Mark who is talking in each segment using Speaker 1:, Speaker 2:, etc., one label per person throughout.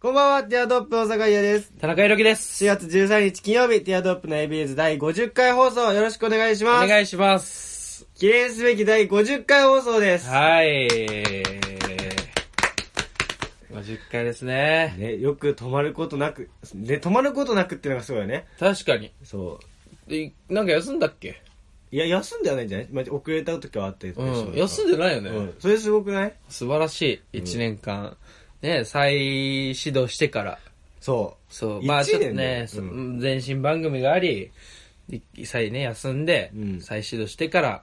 Speaker 1: こんばんは、ティアドロップの坂井です。
Speaker 2: 田中裕樹です。
Speaker 1: 4月13日金曜日、ティアドロップの ABS 第50回放送、よろしくお願いし
Speaker 2: お
Speaker 1: ます。
Speaker 2: 願いします。
Speaker 1: 記念すべき第50回放送です。
Speaker 2: はい。50回ですね。
Speaker 1: ね、よく止まることなく、ね、止まることなくっていうのがすごいよね。
Speaker 2: 確かに。
Speaker 1: そ
Speaker 2: でなんか休んだっけ
Speaker 1: う。いや、休んではないんじゃない、まあ、遅れた時はあったけど、
Speaker 2: うん。休んでないよね。
Speaker 1: うん。それすごくない
Speaker 2: 素晴らしい。1年間。ね、再始動してから。
Speaker 1: そ
Speaker 2: そう。
Speaker 1: 一
Speaker 2: まあちょっと
Speaker 1: 年ね
Speaker 2: ね、そう前身番組があり、い再ね、休んで
Speaker 1: う、ん
Speaker 2: 再始動してから、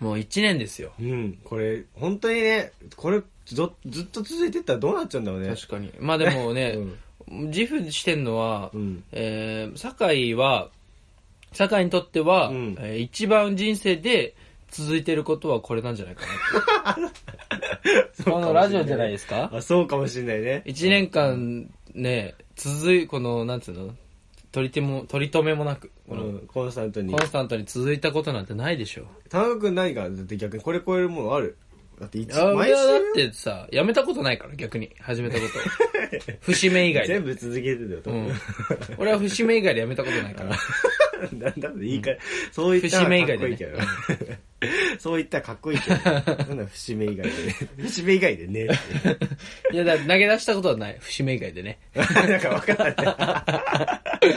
Speaker 2: もう1年ですよ。
Speaker 1: う。うん。これ、本当にね、これ、ずっずっと続いてったらどうなっちゃうんだろうね。
Speaker 2: 確かに。まあで もね、自負してんのは、
Speaker 1: うん
Speaker 2: えー酒井は、酒井にとっては、
Speaker 1: うん
Speaker 2: えー一番人生で続いてることはこれなんじゃないか なってこのラジオじゃないですか
Speaker 1: あ、そうかもしれないね。
Speaker 2: 一年間ね、続い、この、なんつうの取り手も、取り留めもなく、
Speaker 1: う
Speaker 2: この、
Speaker 1: ん、コンスタントに。
Speaker 2: コンスタントに続いたことなんてないでしょ。
Speaker 1: 田中君何かだって逆にこれ超えるものあるだって一
Speaker 2: あ
Speaker 1: 毎週
Speaker 2: 俺はだってさ、やめたことないから、逆に。始めた こと。節目以外で。
Speaker 1: 全部続けてたよ、多
Speaker 2: う
Speaker 1: 分
Speaker 2: ん。 俺は節目以外でやめたことないから。
Speaker 1: なんだっていいか、そういったら
Speaker 2: 節目以
Speaker 1: かっ
Speaker 2: 外
Speaker 1: こ
Speaker 2: で
Speaker 1: いい
Speaker 2: ね
Speaker 1: けど、 そういったらかっこいいけど、なんだ節目以外で ね節目以外でねって
Speaker 2: いや、だから投げ出したことはない。節目以外でね。
Speaker 1: なんか分かった ね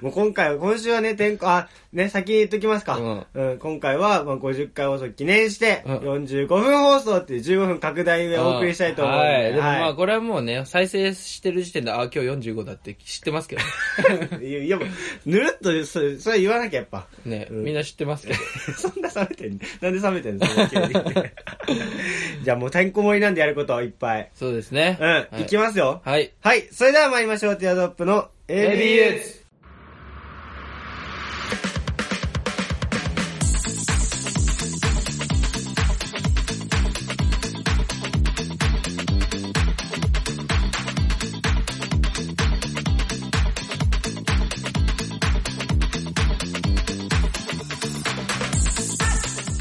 Speaker 1: もう今回は今週はね天候あね先に言っときますか、
Speaker 2: うん
Speaker 1: うん今回は、まあ、50回放送記念して、
Speaker 2: うん
Speaker 1: 45分放送っていう15分拡大でお送りしたいと思うの
Speaker 2: は
Speaker 1: で
Speaker 2: い。でもま
Speaker 1: は
Speaker 2: あ、
Speaker 1: い
Speaker 2: これはもうね、再生してる時点で、あ、今日45だって知ってますけど。
Speaker 1: いやいやもうぬるっとそれそれ言わなきゃやっぱ
Speaker 2: ね、
Speaker 1: うん
Speaker 2: みんな知ってますけど。
Speaker 1: そんな冷めてんなんで冷めてんのそんな急に じゃあもうてんこ盛りなんでやることいっぱい。
Speaker 2: そうですね。
Speaker 1: うん、、
Speaker 2: はい
Speaker 1: きますよ。
Speaker 2: はい。
Speaker 1: はい、それでは参りましょう。ティアドロップの ABS。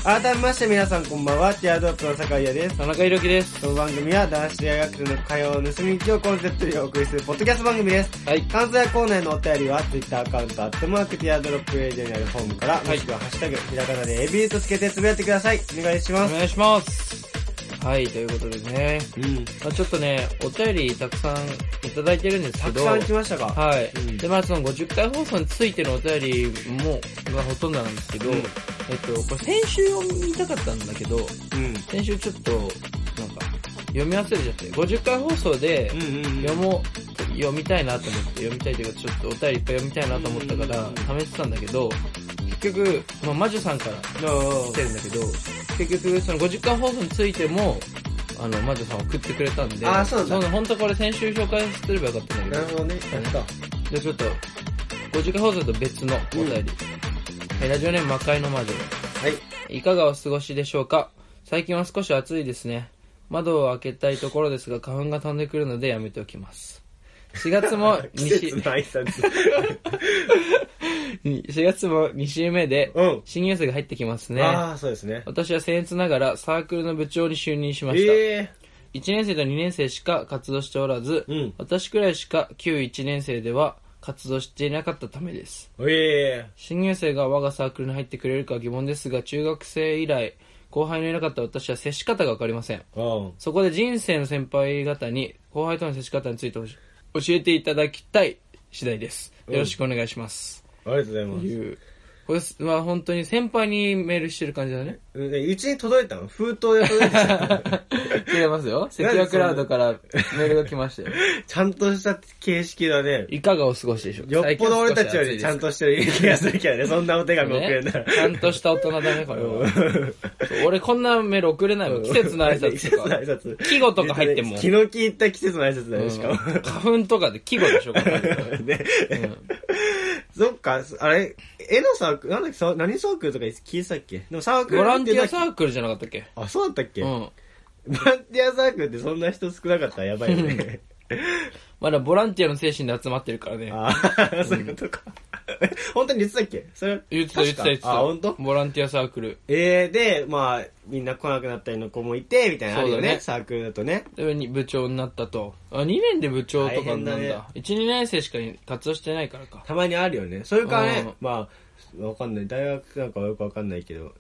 Speaker 1: 改めまして皆さんこんばんは、ティアドロップの坂井優です。
Speaker 2: 田中裕樹です。
Speaker 1: この番組は男子大学生の会話を盗み聞きをコンセプトにお送りするポッドキャスト番組です。
Speaker 2: はい。
Speaker 1: 感想やコーナーへのお便りは Twitter アカウント、アットマークティアドロップレジオにあるフォームから、
Speaker 2: い
Speaker 1: もしくはハッシュタグ、ひらがなで AB とつけてつぶやいてください。お願いし
Speaker 2: お
Speaker 1: ます。
Speaker 2: 願いします。はい、ということでね。
Speaker 1: うん。
Speaker 2: まあ、ちょっとね、お便りたくさんいただいてるんですけ
Speaker 1: たく
Speaker 2: ど。
Speaker 1: さん来ましたか
Speaker 2: はい、
Speaker 1: うん
Speaker 2: でまあその50回放送についてのお便りもがほとんどなんですけど、
Speaker 1: うん
Speaker 2: えっとこれ先週を見たかったんだけど
Speaker 1: うん。
Speaker 2: 先週ちょっとなんか読み忘れちゃって50回放送で
Speaker 1: うんうんうん。
Speaker 2: 読もう読みたいなと思って読みたいというかちょっとお便りいっぱい読みたいなと思ったから試してたんだけど結局、まあ、魔女さんから
Speaker 1: の
Speaker 2: 来てるんだけど結局その50回放送についてもあの魔女さん送ってくれたんで
Speaker 1: あそうなんだ
Speaker 2: 本当これ先週紹介すればよかったんだけど
Speaker 1: なるほどね。やった。
Speaker 2: じゃあちょっと、50回放送と別のお便り。はいラジオネーム魔界の魔女。
Speaker 1: はい。
Speaker 2: いかがお過ごしでしょうか最近は少し暑いですね。窓を開けたいところですが、花粉が飛んでくるのでやめておきます。4月も
Speaker 1: 季
Speaker 2: 2
Speaker 1: 節
Speaker 2: 週
Speaker 1: の、挨拶。
Speaker 2: 4月も2週目で
Speaker 1: うん、
Speaker 2: 新入生が入ってきますね。
Speaker 1: ああ、そうですね。
Speaker 2: 私は僭越ながらサークルの部長に就任しました。
Speaker 1: え
Speaker 2: 1年生と2年生しか活動しておらず、
Speaker 1: うん
Speaker 2: 私くらいしか旧1年生では活動していなかったためです。
Speaker 1: ー。え
Speaker 2: 新入生が我がサークルに入ってくれるかは疑問ですが中学生以来後輩のいなかった私は接し方が分かりません
Speaker 1: ー。うん。
Speaker 2: そこで人生の先輩方に後輩との接し方について教えていただきたい次第ですよろしくお願いします、
Speaker 1: ありがとうございます。
Speaker 2: いうこれは本当に先輩にメールしてる感じだね
Speaker 1: うんねうちに届いたの封筒で届いたの
Speaker 2: 違いますよセキュアクラウドからメールが来ましたよ
Speaker 1: ちゃんとした形式だね。
Speaker 2: いかがお過ごしでしょうか
Speaker 1: よっぽど俺た
Speaker 2: 最
Speaker 1: ち
Speaker 2: 近
Speaker 1: よ
Speaker 2: は少し暑い
Speaker 1: り
Speaker 2: です
Speaker 1: ちゃんとしてる気がするけどね、そんなお手紙送れん
Speaker 2: ね
Speaker 1: なら。
Speaker 2: ちゃんとした大人だねこれはそう俺こんなメール送れない もん季節の挨拶とか
Speaker 1: 季節の挨拶
Speaker 2: 季語とか入っても
Speaker 1: 気の利いた季節の挨拶だよ、しかも。
Speaker 2: うん花粉とかで季語でしょ、これ
Speaker 1: ね
Speaker 2: ん
Speaker 1: そっか、あれ、絵のサークル、なんだっけサー、何サークルとか聞いてたっけでもサークル
Speaker 2: ボランティア
Speaker 1: ー
Speaker 2: サークルじゃなかったっけ
Speaker 1: あ、そうだったっけ、
Speaker 2: うん。
Speaker 1: ボランティアサークルってそんな人少なかったらや ばいよね。
Speaker 2: まだボランティアの精神で集まってるからね。
Speaker 1: ああ、そういうことか。 本当に言ってたっけそれ
Speaker 2: 言ってた言ってた言ってた
Speaker 1: あ、本当？
Speaker 2: ボランティアサークル
Speaker 1: えー、で、まあ、みんな来なくなったりの子もいて、みたいなのあるよ
Speaker 2: そうだ
Speaker 1: ね、
Speaker 2: ね
Speaker 1: サークルだとね。
Speaker 2: でに部長になったとあ2年で部長とかにな
Speaker 1: 大
Speaker 2: ん
Speaker 1: 変だ
Speaker 2: だ
Speaker 1: ね
Speaker 2: 12年生しか活動してないからか
Speaker 1: たまにあるよね。それから
Speaker 2: うん
Speaker 1: ね、まあ、わかんない。大学なんかはよくわかんないけど、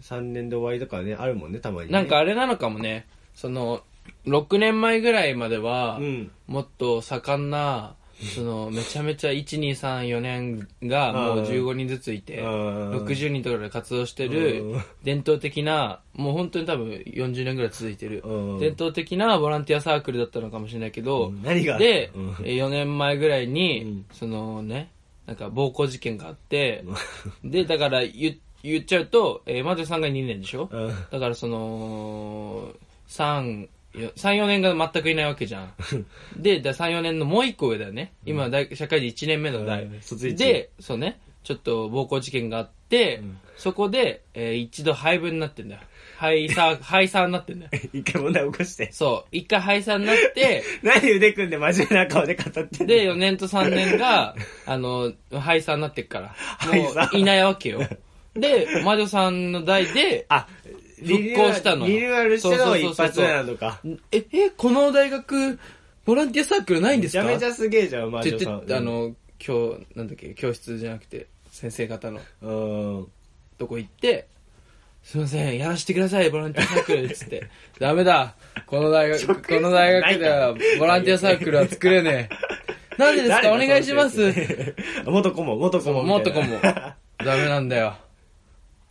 Speaker 1: 3年で終わりとかね、あるもんね、たまに、ね。
Speaker 2: なんか、あれなのかもねその6年前ぐらいまでは、
Speaker 1: うん。
Speaker 2: もっと盛んなそのめちゃめちゃ1234年がもう
Speaker 1: うん
Speaker 2: 15人ずついて
Speaker 1: うん
Speaker 2: 60人とかで活動して
Speaker 1: う
Speaker 2: る
Speaker 1: ん
Speaker 2: 伝統的なもう本当に多分40年ぐらい続いてる
Speaker 1: うん
Speaker 2: 伝統的なボランティアサークルだったのかもしれないけど
Speaker 1: うん何が
Speaker 2: で
Speaker 1: うん
Speaker 2: 4年前ぐらいうに
Speaker 1: ん
Speaker 2: そのねなんか暴行事件があってでだから言言っちゃうと、えー、魔女さんが2年でしょ、
Speaker 1: うん
Speaker 2: だからその34年が全くいないわけじゃ んで34年のもう一個上だよね今大社会人1年目の代、
Speaker 1: うん卒一
Speaker 2: でそうねちょっと暴行事件があって、
Speaker 1: うん
Speaker 2: そこで、えー一度廃部になってんだよ廃サー 廃サーになってんだよ
Speaker 1: 一回問題起こして。
Speaker 2: そう一回廃サーに なって
Speaker 1: 何腕組んで真面目な顔で語ってんの
Speaker 2: で、4年と3年が、あの、廃産になってっから。も
Speaker 1: 廃産
Speaker 2: う、いないわけよ。で、魔女さんの代で、
Speaker 1: あ、
Speaker 2: 復興したのよ
Speaker 1: リニューアルしたのを
Speaker 2: そう
Speaker 1: 一
Speaker 2: そうそう
Speaker 1: 発
Speaker 2: そう
Speaker 1: 目なのか。
Speaker 2: え、え、この大学、ボランティアサークルないんで
Speaker 1: め
Speaker 2: す
Speaker 1: ち
Speaker 2: か
Speaker 1: ゃめちゃすげえじゃん、マ
Speaker 2: って
Speaker 1: ジ
Speaker 2: 言
Speaker 1: ョ
Speaker 2: って、
Speaker 1: さん。
Speaker 2: あ、の、今日、なんだっけ、教室じゃなくて、先生方の
Speaker 1: うん。
Speaker 2: とこ行って、すいません、やらせてください、ボランティアサークル、つって。 ダメだ、この大
Speaker 1: 直
Speaker 2: 学、
Speaker 1: 接
Speaker 2: この大学では
Speaker 1: ないから、
Speaker 2: ボランティアサークルは作れね え。なんでですか、お願いします。。
Speaker 1: 元子も、元子
Speaker 2: そう
Speaker 1: も。
Speaker 2: 元子も。ダメなんだよ。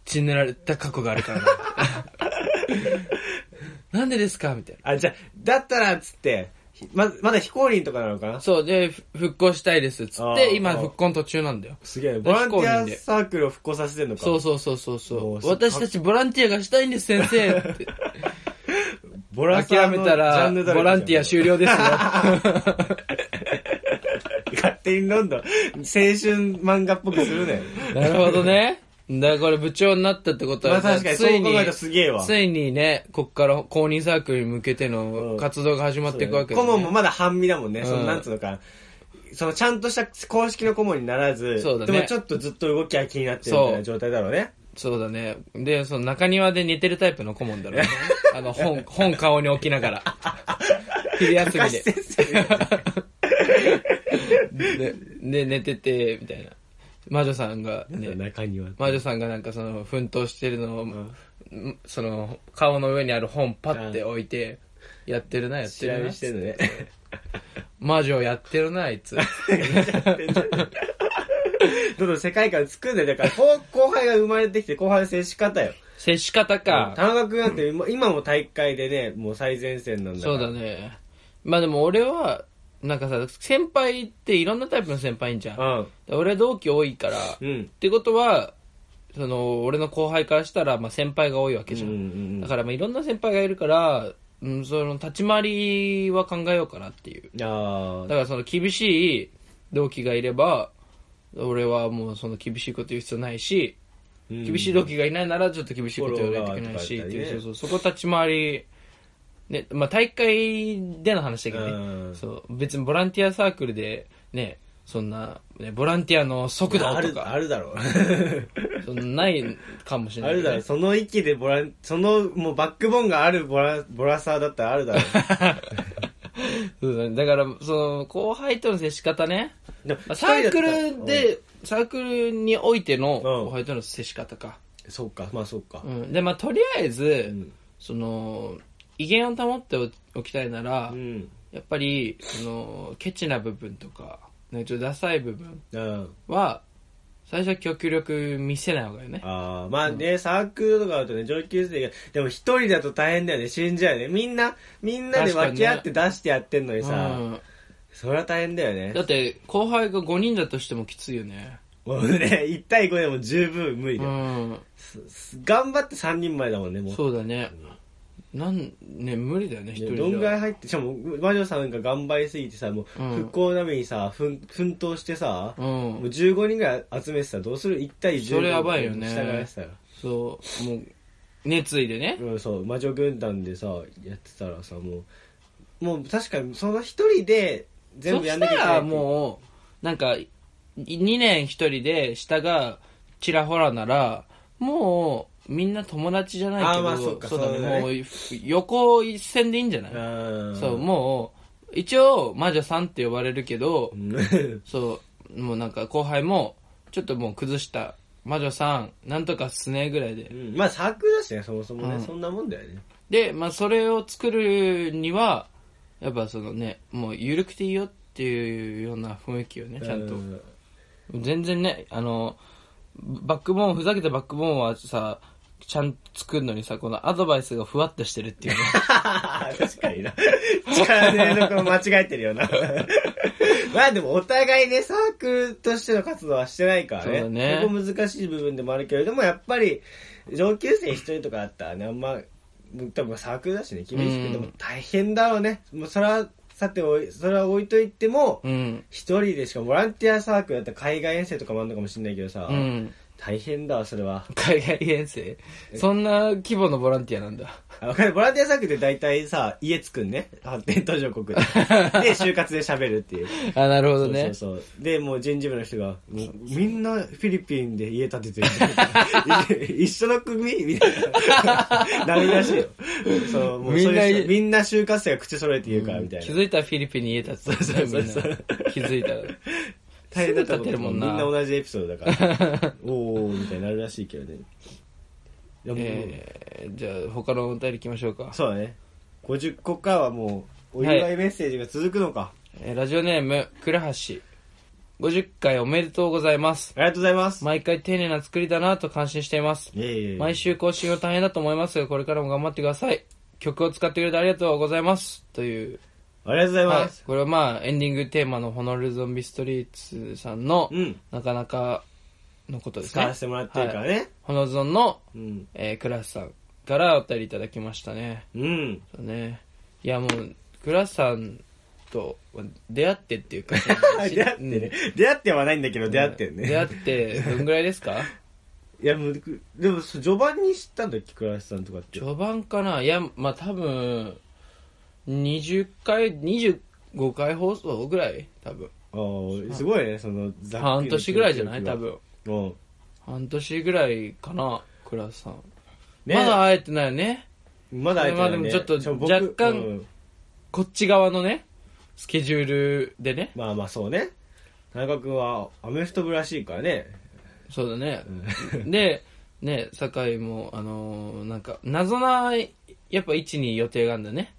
Speaker 2: 血塗られた過去があ るからな。なんでですかみたい
Speaker 1: あ、じゃあだったら、つって、ひま、まだ非公認とかなのか
Speaker 2: な。
Speaker 1: な
Speaker 2: そう、で、ふ復興したいです。つっ
Speaker 1: あ
Speaker 2: て、
Speaker 1: ー
Speaker 2: 今
Speaker 1: あー
Speaker 2: 復興の途中なんだよ。
Speaker 1: すげえ。ボランテ
Speaker 2: 非公認
Speaker 1: ィ
Speaker 2: で
Speaker 1: アサークルを復興させてんのか。
Speaker 2: そうそうそうそう
Speaker 1: も
Speaker 2: そうう。
Speaker 1: そう
Speaker 2: 私たちボランティアがしたいんです、先生 って。
Speaker 1: ボラサー
Speaker 2: 諦
Speaker 1: の
Speaker 2: めたら、
Speaker 1: ジャンルだらけじゃん
Speaker 2: ボランティア終了ですよ。
Speaker 1: 勝手にどんどん、青春漫画っぽくするね。
Speaker 2: なるほどね。だからこれ部長になったってこと
Speaker 1: ま
Speaker 2: は
Speaker 1: あ確かに、そう考えたらすげえわ。
Speaker 2: ついにね、こっから公認サークルに向けての活動が始まっていくわけだ
Speaker 1: 顧
Speaker 2: ね
Speaker 1: 問もまだ半身だもんね、
Speaker 2: うん
Speaker 1: そのなんつうのかそのちゃんとした公式の顧問にならず、
Speaker 2: そうだね
Speaker 1: でもちょっとずっと動きが気になってるみたい
Speaker 2: そう
Speaker 1: な状態だろうね
Speaker 2: そうだね。で、その中庭で寝てるタイプの顧問だろ うね。あの、本、本顔に置きなが ら。昼休みで。でで、寝てて、みたいな。魔女さんが、ね、
Speaker 1: 中には
Speaker 2: 魔女さんがなんかその、奮闘してるのを、んその、顔の上にある本パッて置いて、やってるな、やって
Speaker 1: 試
Speaker 2: るな
Speaker 1: 合。してるのね
Speaker 2: 魔女 やってるな、あいつ。
Speaker 1: どんどん世界観作んでだから後後輩が生まれてきて後輩の接し方よ
Speaker 2: 接し方か。
Speaker 1: 田中君なんて今今も大会でねもう最前線なんだから
Speaker 2: そうだね。まあでも俺は、なんかさ、先輩っていろんなタイプの先輩いんじゃん。で俺同期多いから、
Speaker 1: うんうん
Speaker 2: ってことはその俺の後輩からしたら、まあ、先輩が多いわけじゃん、
Speaker 1: うんうんうん
Speaker 2: だから、まあ、いろんな先輩がいるから、うん、その立ち回りは考えようかなっていう
Speaker 1: あ
Speaker 2: だ
Speaker 1: あ
Speaker 2: からその厳しい同期がいれば俺はもうその厳しいこと言う必要ないし、厳しい同期がいないならちょっと厳しいこと言わないといけないしっていう、
Speaker 1: フォローがとかだったりね
Speaker 2: そうそうそこ立ち回りねまあ、大会での話だけどね、
Speaker 1: うん
Speaker 2: そう別にボランティアサークルでねそんな、ね、ボランティアの速度
Speaker 1: あ
Speaker 2: と
Speaker 1: る
Speaker 2: か
Speaker 1: あるだ ろう
Speaker 2: そのないかもしれ
Speaker 1: あ
Speaker 2: ない、
Speaker 1: るだろ、その域でボラン、その、もうバックボーンがあるボラ、ボラサーだったらあるだろ。
Speaker 2: そうだねだから、その、後輩との接し方ね。
Speaker 1: でも
Speaker 2: まあサークル、
Speaker 1: 一人だったら
Speaker 2: で、サークルにおいての
Speaker 1: ん
Speaker 2: 後輩との接し方か。
Speaker 1: うんそうか、まあそうか
Speaker 2: う。ん。で、まあ、とりあえず、
Speaker 1: ん
Speaker 2: その、威厳を保っておきたいなら、
Speaker 1: うん。
Speaker 2: やっぱり、その、ケチな部分とか、ね、ちょっとダサい部分
Speaker 1: うん。
Speaker 2: は、最初は極力見せない方がいいよね。
Speaker 1: ああ、まあね、サークルとかだとね、上級生が、でも一人だと大変だよね、死んじゃうよね。みんな、みんなで分け合って出してやってんのにさ、
Speaker 2: う
Speaker 1: そりゃ大変だよ
Speaker 2: ん、だ
Speaker 1: ね。
Speaker 2: って、後輩が5人だとしてもきついよね。
Speaker 1: もうね、1対5でも十分無理
Speaker 2: う
Speaker 1: だよ。
Speaker 2: ん。
Speaker 1: す頑張って3人前だもんね、もう。
Speaker 2: そうだね。なん、ね、無理だよね、一人
Speaker 1: ね
Speaker 2: じゃ。
Speaker 1: どんぐらい入って、しかも、魔女さんが頑張りすぎてさ、もう、
Speaker 2: うん
Speaker 1: 復興のためにさ、奮奮闘してさ、
Speaker 2: う。
Speaker 1: もうん15人ぐらい集めてさ、どうする ?1 対10。
Speaker 2: それやばいよね
Speaker 1: 従えてたら。
Speaker 2: そう、もう、熱意でね。
Speaker 1: うん、そう、魔女軍団でさ、やってたらさ、もう、もう確かにその一人で全部やんなきゃいけ
Speaker 2: そした
Speaker 1: ない。
Speaker 2: らもう、なんか、 2年一人で下がちらほらなら、もうみんな友達じゃないけ
Speaker 1: あーまあそっ
Speaker 2: ど、
Speaker 1: か
Speaker 2: そうだね
Speaker 1: そうだね
Speaker 2: もう横一線でいいんじゃない、
Speaker 1: うん
Speaker 2: そう、もう、一応魔女さんって呼ばれるけど
Speaker 1: う、ん
Speaker 2: そう、もうなんか後輩も、ちょっともう崩した。魔女さん、なんとかっすねぐらいで
Speaker 1: う。んまあ作だしねそもそもね、
Speaker 2: うん
Speaker 1: そんなもんだよね
Speaker 2: で、まあそれを作るには、やっぱそのね、もう緩くていいよっていうような雰囲気をね、ちゃんと
Speaker 1: う。ん
Speaker 2: 全然ね、あの、バックボーン、ふざけたバックボーンはさ、ちゃんと作るのにさ、このアドバイスがふわっとしてる っていうね。
Speaker 1: 確かにな。力の入れどころ間違えてる よな。まあでもお互いね、サークルとしての活動はしてないからね。
Speaker 2: そうだね
Speaker 1: ここ難しい部分でもあるけれども、やっぱり上級生一人とかだったらね、あんま、多分サークルだしね、厳し
Speaker 2: う
Speaker 1: く
Speaker 2: ん
Speaker 1: ても大変だろうね。もうそれは、さておい、それは置いといても、
Speaker 2: うん。
Speaker 1: 一人でしかもボランティアサークルだったら海外遠征とかもあるのかもしれないけどさ、
Speaker 2: うん。
Speaker 1: 大変だわ、それは。
Speaker 2: 海外遠征そんな規模のボランティアな んだ。
Speaker 1: あわかるボランティアサークルって大体さ、家作んね。発展途上国 で。で、就活で喋るっていう。
Speaker 2: あ、なるほ
Speaker 1: そ
Speaker 2: ど
Speaker 1: う
Speaker 2: ね。
Speaker 1: そうそう。で、もう人事部の人が、もうみんなフィリピンで家建ててる。い 一緒の組みたいな。なるらしいよ。そう、もう
Speaker 2: みんな
Speaker 1: そういう人みんな就活生が口揃えて言うから、みたいな。
Speaker 2: 気づいたらフィリピンに家建てた
Speaker 1: そ
Speaker 2: ね
Speaker 1: うそうそうそう
Speaker 2: みんな気づいたら。
Speaker 1: 大変だった
Speaker 2: すぐ建てるもん
Speaker 1: み
Speaker 2: なん
Speaker 1: な同じエピソードだ から。おー、みたいになるらしいけどね。いやもう
Speaker 2: えー、じゃあ他のお便り行きましょうか。
Speaker 1: そうだね。50個からはもう、お祝いメッセージが続くのか。
Speaker 2: えーラジオネーム、倉橋。50回おめでとうございます。
Speaker 1: ありがとうございます。
Speaker 2: 毎回丁寧な作りだなと感心しています。
Speaker 1: いえいえいえ
Speaker 2: 毎週更新は大変だと思いますが、これからも頑張ってください。曲を使ってくれてありがとうございます。という。
Speaker 1: ありがとうござい
Speaker 2: はい
Speaker 1: ます。。
Speaker 2: これはまあ、エンディングテーマのホノルルゾンビストリーツさんの、
Speaker 1: うん
Speaker 2: なかなかのことです
Speaker 1: 使
Speaker 2: ね。
Speaker 1: わせてもらってるからね。
Speaker 2: ホノルゾンの、
Speaker 1: うん。
Speaker 2: えー、クラスさんからお便りいただきましたね。
Speaker 1: うん。
Speaker 2: そうね。いやもう、クラスさんと出会ってっていうか、
Speaker 1: 出会ってね。出会ってはないんだけど、出会ってるね。
Speaker 2: 出会って、どんぐらいですか
Speaker 1: いや、もうでも、そう序盤に知ったんだっけ、倉橋さんとかって。
Speaker 2: 序盤かないや、まあ多分、20回、25回放送ぐらい多分。
Speaker 1: ああ、すごいね、その、ざっくりの
Speaker 2: 半年ぐらいじゃない
Speaker 1: 記
Speaker 2: 多
Speaker 1: 憶
Speaker 2: 分。
Speaker 1: が。うん。
Speaker 2: 半年ぐらいかな、クラスさん。
Speaker 1: ね
Speaker 2: まだ会えてないよね。
Speaker 1: まだ会えてないね
Speaker 2: まあでもちょっと
Speaker 1: しか僕
Speaker 2: 若干
Speaker 1: うん
Speaker 2: こっち側のね、スケジュールでね。
Speaker 1: まあまあ、そうね。田中君はアメフト部らしいからね。
Speaker 2: そうだね。で、ね、酒井も、あのーなんか、謎な、やっぱ位置に予定があるんだね。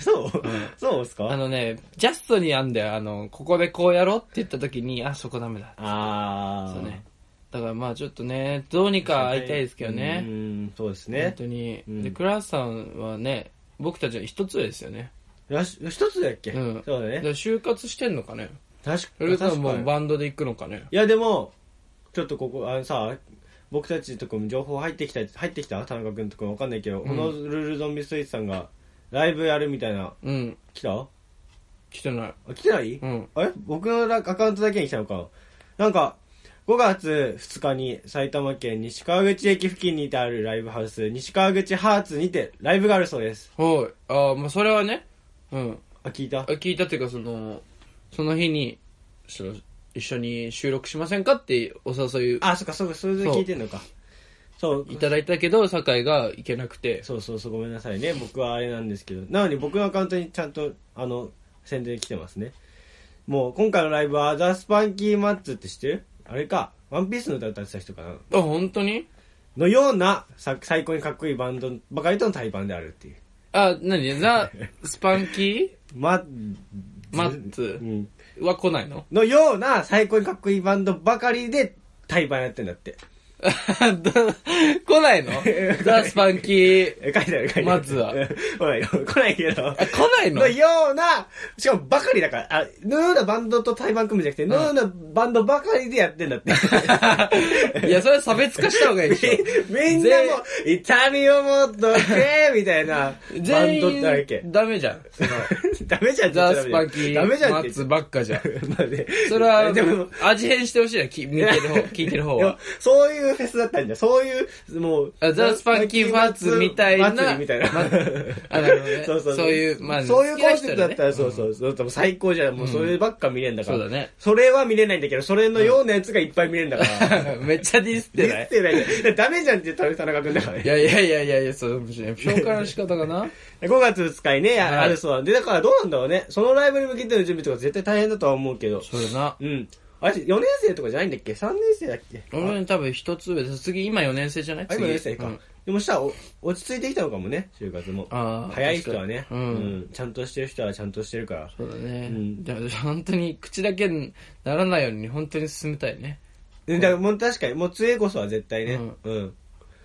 Speaker 1: そうそうっす
Speaker 2: あ
Speaker 1: か
Speaker 2: のね、ジャストにあんだよ。あの、ここでこうやろうって言った時に、あ、そこダメだ。
Speaker 1: ああ。
Speaker 2: そうね。だからまあちょっとね、どうにか会いたいですけど
Speaker 1: う
Speaker 2: ね。
Speaker 1: ん、そうです
Speaker 2: 本
Speaker 1: ね。
Speaker 2: 当に。
Speaker 1: うん
Speaker 2: で、倉橋さんはね、僕たちの一つ上ですよね。
Speaker 1: らし一つだっけ
Speaker 2: うん。
Speaker 1: そうだ
Speaker 2: だ
Speaker 1: ね
Speaker 2: か。ら就活してんのかね。
Speaker 1: 確
Speaker 2: それ
Speaker 1: 確
Speaker 2: と
Speaker 1: か
Speaker 2: も
Speaker 1: に。
Speaker 2: もうバンドで行くのかね。
Speaker 1: いやでも、ちょっとここ、あのさ、僕たちのとこも情報入ってきた、入ってきた田中君とかわかんないけど、
Speaker 2: ん
Speaker 1: このルールゾンビストリートさんがライブやるみたいな、
Speaker 2: うん。
Speaker 1: 来たあ、
Speaker 2: 来てない。
Speaker 1: 来てない、
Speaker 2: うん。
Speaker 1: あれ僕のラアカウントだけに来たのかなんか、5月2日に埼玉県西川口駅付近にてあるライブハウス、西川口ハーツにてライブがあるそうです。
Speaker 2: はい。ああ、まあそれはね、うん。
Speaker 1: あ、聞いた
Speaker 2: あ聞いたっていうか、その、その日に、その一緒に収録しませんかってお誘い
Speaker 1: あ、そっか、そうか、それで聞いてんのか。そう、
Speaker 2: いただいたけど、酒井が行けなくて。
Speaker 1: そうそうそうごめんなさいね僕はあれなんですけどなのに僕のアカウントにちゃんとあの宣伝来てますねもう今回のライブは「ザ・スパンキー・マッツ」って知ってるあれか「ワンピースの歌歌ってた人かな
Speaker 2: あ、本当に
Speaker 1: のようなさ最高にかっこいいバンドばかりとの対バンであるっていう
Speaker 2: あ、何ザ・スパン キ
Speaker 1: マ
Speaker 2: マッツ
Speaker 1: うん、
Speaker 2: ーは来ないの
Speaker 1: のような最高にかっこいいバンドばかりで対バンやってんだって
Speaker 2: ど 来な いのザ・スパンキー。
Speaker 1: え書いてある書いてある
Speaker 2: マッツ は
Speaker 1: 来ないよ来ないけど
Speaker 2: あ、来ないの
Speaker 1: のような、しかもバカリだから、あ、のようなバンドと対バン組むじゃなくて、のようなバンドばかりでやってん だって。
Speaker 2: いや、それは差別化した方がいい でしょ。
Speaker 1: みんなもう、痛みを持っとけ、みたいな、バン
Speaker 2: 全
Speaker 1: ドってあるっけ
Speaker 2: 員、。ダメじゃん。その
Speaker 1: ダメじゃんって言っ
Speaker 2: ザ・
Speaker 1: ちゃダ
Speaker 2: ス
Speaker 1: メ
Speaker 2: パンキー、
Speaker 1: ダメじゃん
Speaker 2: マ
Speaker 1: って言
Speaker 2: ッ
Speaker 1: っ
Speaker 2: ツ
Speaker 1: ち
Speaker 2: ー
Speaker 1: ゃ。
Speaker 2: ばっかじゃん。
Speaker 1: まあね
Speaker 2: それは
Speaker 1: でも、、
Speaker 2: 味変してほしいな、き見てる方、聞いてる方
Speaker 1: でも
Speaker 2: は。
Speaker 1: そういういうフェスだったんじゃん。そういう、もう。
Speaker 2: あザ・スパンキーファッツみたいな。
Speaker 1: 祭りみたいな。
Speaker 2: まあなるほどね
Speaker 1: そうそう。
Speaker 2: そういうまあ
Speaker 1: そういうコンセプトだったら、
Speaker 2: 好きな人
Speaker 1: そう
Speaker 2: はね
Speaker 1: そう。そう多分最高じゃん。もうそればっか見れんだから。
Speaker 2: うんそうだね
Speaker 1: それは見れないんだけど、それのようなやつがいっぱい見れるんだから。
Speaker 2: めっちゃディスっ
Speaker 1: 言
Speaker 2: てない
Speaker 1: ってないじゃん。だからダメじゃんって言ったら田中君だからね
Speaker 2: い。やいやいやいやいや、そう、紹介の仕方かな
Speaker 1: 5月2日にね、や
Speaker 2: はい
Speaker 1: あるそうなんで、だからどうなんだろうね。そのライブに向けての準備とか絶対大変だとは思うけど。
Speaker 2: それな。
Speaker 1: うん。あれ、4年生とかじゃないんだっけ ?3 年生だっけ
Speaker 2: 俺ね多分一つ上、次、今4年生じゃない
Speaker 1: あ、
Speaker 2: 次
Speaker 1: 今4年生か。
Speaker 2: うん
Speaker 1: でもしたらお落ち着いてきたのかもね、就活も。
Speaker 2: あー
Speaker 1: 早い人はね、
Speaker 2: 確かにうん
Speaker 1: ちゃんとしてる人はちゃんとしてるから。
Speaker 2: そうだね。
Speaker 1: うん
Speaker 2: じゃあ本当に口だけにならないように本当に進めたいね。
Speaker 1: うんだからもう確かに、もう杖こそは絶対ね、
Speaker 2: うん
Speaker 1: うん。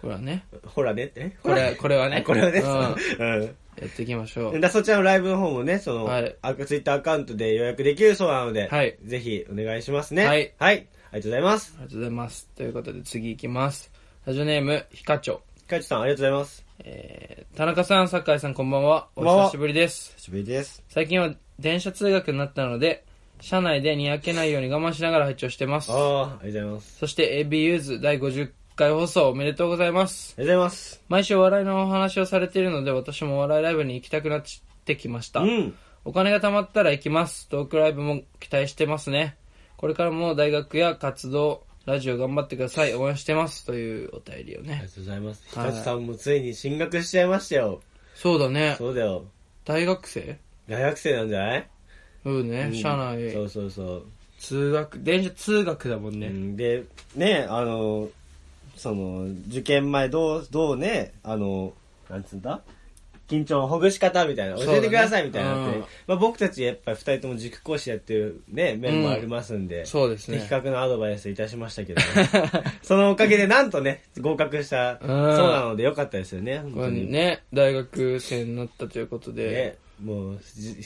Speaker 2: これはね。
Speaker 1: ほらねってね。
Speaker 2: これ、こ れはね。
Speaker 1: これはね、
Speaker 2: う
Speaker 1: うん。
Speaker 2: ん。やっていきまし
Speaker 1: だ
Speaker 2: ょ
Speaker 1: か
Speaker 2: う。
Speaker 1: らそちらのライブの方もね、その、
Speaker 2: はい
Speaker 1: あツイッターアカウントで予約できるそうなので、
Speaker 2: はい
Speaker 1: ぜひお願いしますね。
Speaker 2: はい
Speaker 1: はい。ありがとうございます。
Speaker 2: ありがとうございます。ということで次行きます。ラジオネーム、ひかちょ。
Speaker 1: かいちさん、ありがとうございます。
Speaker 2: えー、田中さん、酒井さんこんばんは。
Speaker 1: こ
Speaker 2: お
Speaker 1: んばんは
Speaker 2: 久しぶりです。
Speaker 1: 久しぶりです。
Speaker 2: 最近は電車通学になったので、車内でにやけないように我慢しながら拝聴してます
Speaker 1: あ。あ、ありがとうございます。
Speaker 2: そして AB ユーズ第50回放送おめでとうございます。
Speaker 1: ありがとうございます。
Speaker 2: 毎週お笑いのお話をされているので、私もお笑いライブに行きたくなってきました。
Speaker 1: うん。
Speaker 2: お金が貯まったら行きます。トークライブも期待してますね。これからも大学や活動、ラジオ頑張ってください。応援してます。というお便りを
Speaker 1: あり
Speaker 2: ね
Speaker 1: が。とうございます。ひ
Speaker 2: はい
Speaker 1: かちさんもついに進学しちゃいましたよ。
Speaker 2: そうだね。
Speaker 1: そうだよ。
Speaker 2: 大学生
Speaker 1: 大学生なんじゃない
Speaker 2: うんね。社内、
Speaker 1: そうそうそう。
Speaker 2: 通学、電車通学だもんね。
Speaker 1: うんで、ね、あの、その、受験前どう、どうね、あの、なんつうんだ緊張のほぐし方みたいな、
Speaker 2: そう
Speaker 1: 教
Speaker 2: だね
Speaker 1: えてくださいみたいなのって、
Speaker 2: うん
Speaker 1: まあ僕たちやっぱり二人とも塾講師やってるね、面もありますんで、
Speaker 2: そうですね
Speaker 1: 的。確なアドバイスいたしましたけど、ね、 そのおかげでなんとね、合格した、そうなのでよかったですよね、本
Speaker 2: こ
Speaker 1: 当
Speaker 2: れ
Speaker 1: に。
Speaker 2: ね、大学生になったということ
Speaker 1: ね、
Speaker 2: で。
Speaker 1: もう、じ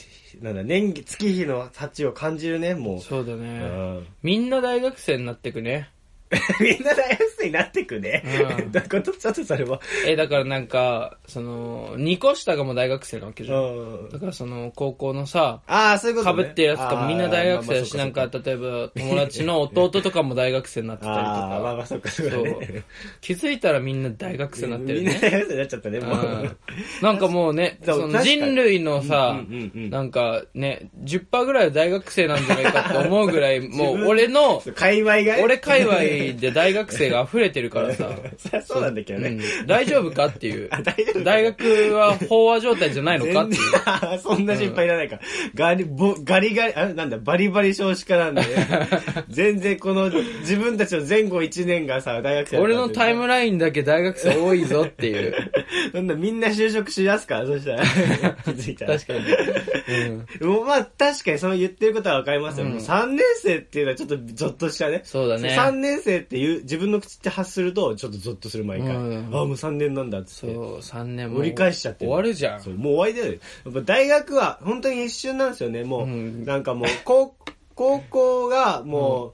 Speaker 1: なんだ、年月、月日の価値を感じるね、もう。
Speaker 2: そうだ
Speaker 1: う
Speaker 2: ね。
Speaker 1: ん
Speaker 2: みんな大学生になってくね。
Speaker 1: みんな大学生になってくね
Speaker 2: う。ん
Speaker 1: だことちょっとそれは。
Speaker 2: え、だからなんか、その、二個下がもう大学生なわけじゃん。
Speaker 1: うん
Speaker 2: だからその、高校のさ、
Speaker 1: ああ、そういうこ
Speaker 2: 被
Speaker 1: とね。
Speaker 2: ってるやつとかもみんな大学生だし、
Speaker 1: あ
Speaker 2: な
Speaker 1: ー
Speaker 2: んか、例えば友達の弟とかも大学生になってたり と
Speaker 1: あーまあま
Speaker 2: か。
Speaker 1: あそっかそ
Speaker 2: そ
Speaker 1: っか
Speaker 2: う
Speaker 1: ね。。
Speaker 2: 気づいたらみんな大学生になってる
Speaker 1: みんな
Speaker 2: ね。
Speaker 1: 大学生になっちゃったね、も
Speaker 2: うん
Speaker 1: う。
Speaker 2: なんかもうね、
Speaker 1: そう
Speaker 2: その
Speaker 1: 確かに
Speaker 2: 人類のさ
Speaker 1: うんうんうんう、ん
Speaker 2: なんかね、10%ぐらいは大学生なんじゃないかと思うぐら い、もう俺の、
Speaker 1: 界隈がね
Speaker 2: 俺界隈で大学生が溢れてるからさ。
Speaker 1: そりゃ そうなんだけどね。
Speaker 2: うん大丈夫かっていう
Speaker 1: あ大丈夫。か
Speaker 2: 大学は飽和状態じゃないのかっていう。
Speaker 1: 全然そんな心配いらないから。ガリ、ぼガリガリ、あれなんだ、バリバリ少子化なんで、 全然この、自分たちの前後1年がさ、大学生だったんで
Speaker 2: 俺のタイムラインだけ大学生多いぞっていう。
Speaker 1: なんだ、みんな就職しだすから、そしたら。気づいたら。
Speaker 2: 確かに。うん
Speaker 1: もうまあ、確かにその言ってることはわかりますよ。もう3年生っていうのはちょっとゾッとしたね。
Speaker 2: そうだね
Speaker 1: 3年生っていう、自分の口って発すると、ちょっとゾッとする毎回。
Speaker 2: うん
Speaker 1: ああ、もう3年なんだっつ
Speaker 2: そ
Speaker 1: って。
Speaker 2: う、3年も。
Speaker 1: 折り返しちゃって
Speaker 2: 終わるじゃん。
Speaker 1: そうもう終わりだよ。やっぱ大学は本当に一瞬なんですよね。もう、
Speaker 2: うん
Speaker 1: なんかもう、高高校がもう、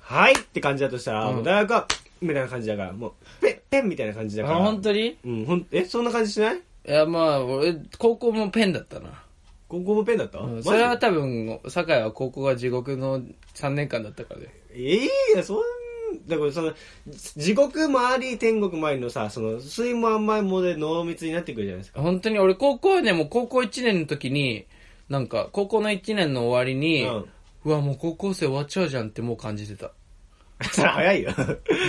Speaker 1: はいって感じだとしたら、
Speaker 2: うん
Speaker 1: もう大学は、みたいな感じだから、もう、ペン、ペンみたいな感じだ
Speaker 2: あ、
Speaker 1: から。
Speaker 2: 本当にい
Speaker 1: うん、ほん、え、そんな感じしない
Speaker 2: や、まあ、俺、高校もペンだったな。
Speaker 1: 高校もペンだった、
Speaker 2: うん
Speaker 1: マジ
Speaker 2: それは多分、酒井は高校が地獄の3年間だったからね。
Speaker 1: ええいや、そん、だからその、地獄もあり、天国もありのさ、その、水もあんまりもで濃密になってくるじゃないですか。
Speaker 2: 本当に俺、高校はね、もう高校1年の時に、なんか、高校の1年の終わりに、
Speaker 1: うん
Speaker 2: うわ、もう高校生終わっちゃうじゃんってもう感じてた。
Speaker 1: それ早いよ。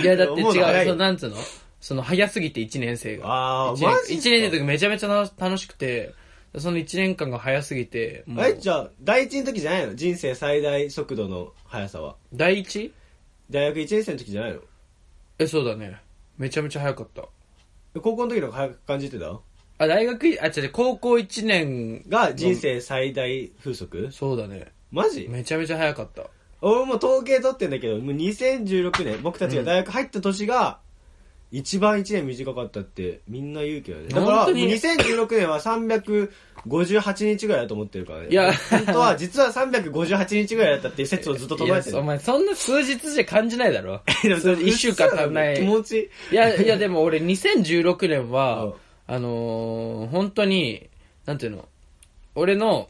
Speaker 2: いや、だ って
Speaker 1: 思の早
Speaker 2: 違
Speaker 1: い
Speaker 2: う、
Speaker 1: よ
Speaker 2: そのなんつうのその、早すぎて1年生が。
Speaker 1: あー
Speaker 2: 一年
Speaker 1: マジっすか
Speaker 2: 一年生の時めちゃめちゃな楽しくて、その1年間が早すぎて、も
Speaker 1: あれ
Speaker 2: う、
Speaker 1: じゃあ、第一の時じゃないの人生最大速度の速さは。
Speaker 2: 第 1?
Speaker 1: 大学1年生の時じゃないの
Speaker 2: え、そうだね。めちゃめちゃ早かった。
Speaker 1: 高校の時の方が早く感じてた
Speaker 2: あ、大学い、あ、違う違う、高校1年が、
Speaker 1: が人生最大風速
Speaker 2: そうだね。
Speaker 1: マジ
Speaker 2: めちゃめちゃ早かった。
Speaker 1: 俺も統計取ってんだけど、もう2016年、僕たちが大学入った年が、一番1年短かったってみんな言うけどね。だから、
Speaker 2: 本
Speaker 1: も
Speaker 2: 当
Speaker 1: う
Speaker 2: に
Speaker 1: 2016年は358日ぐらいだと思ってるからね。
Speaker 2: いや
Speaker 1: 本当は、実は358日ぐらいだったっていう説をずっと唱えて
Speaker 2: いやお
Speaker 1: る。
Speaker 2: 前、 そんな数日じゃ感じないだろ。
Speaker 1: でもそれ
Speaker 2: 一週間足んな
Speaker 1: 気
Speaker 2: い。
Speaker 1: 持ち。
Speaker 2: いや、いや、でも俺、2016年は、
Speaker 1: うん
Speaker 2: あのー本当に、なんていうの、俺の、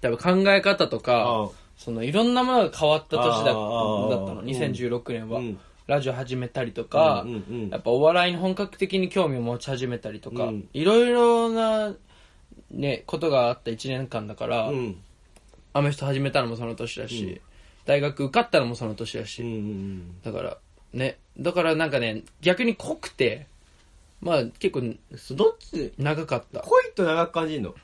Speaker 2: 多分考え方とか、
Speaker 1: うん
Speaker 2: その、いろんなものが変わった年だ
Speaker 1: あーあーあー
Speaker 2: だったの、2016年は。
Speaker 1: うん
Speaker 2: ラジオ始めたりとか、
Speaker 1: うんうんうん
Speaker 2: やっぱお笑いに本格的に興味を持ち始めたりとか、
Speaker 1: うん
Speaker 2: いろいろな、ね、ことがあった1年間だから、
Speaker 1: うん
Speaker 2: アメフト始めたのもその年だし、大学受かったのもその年だし、
Speaker 1: うんうん
Speaker 2: だから、ね、だからなんかね、逆に濃くて、まあ結構
Speaker 1: うんどっち
Speaker 2: 長かった。
Speaker 1: 濃いと長く感じるの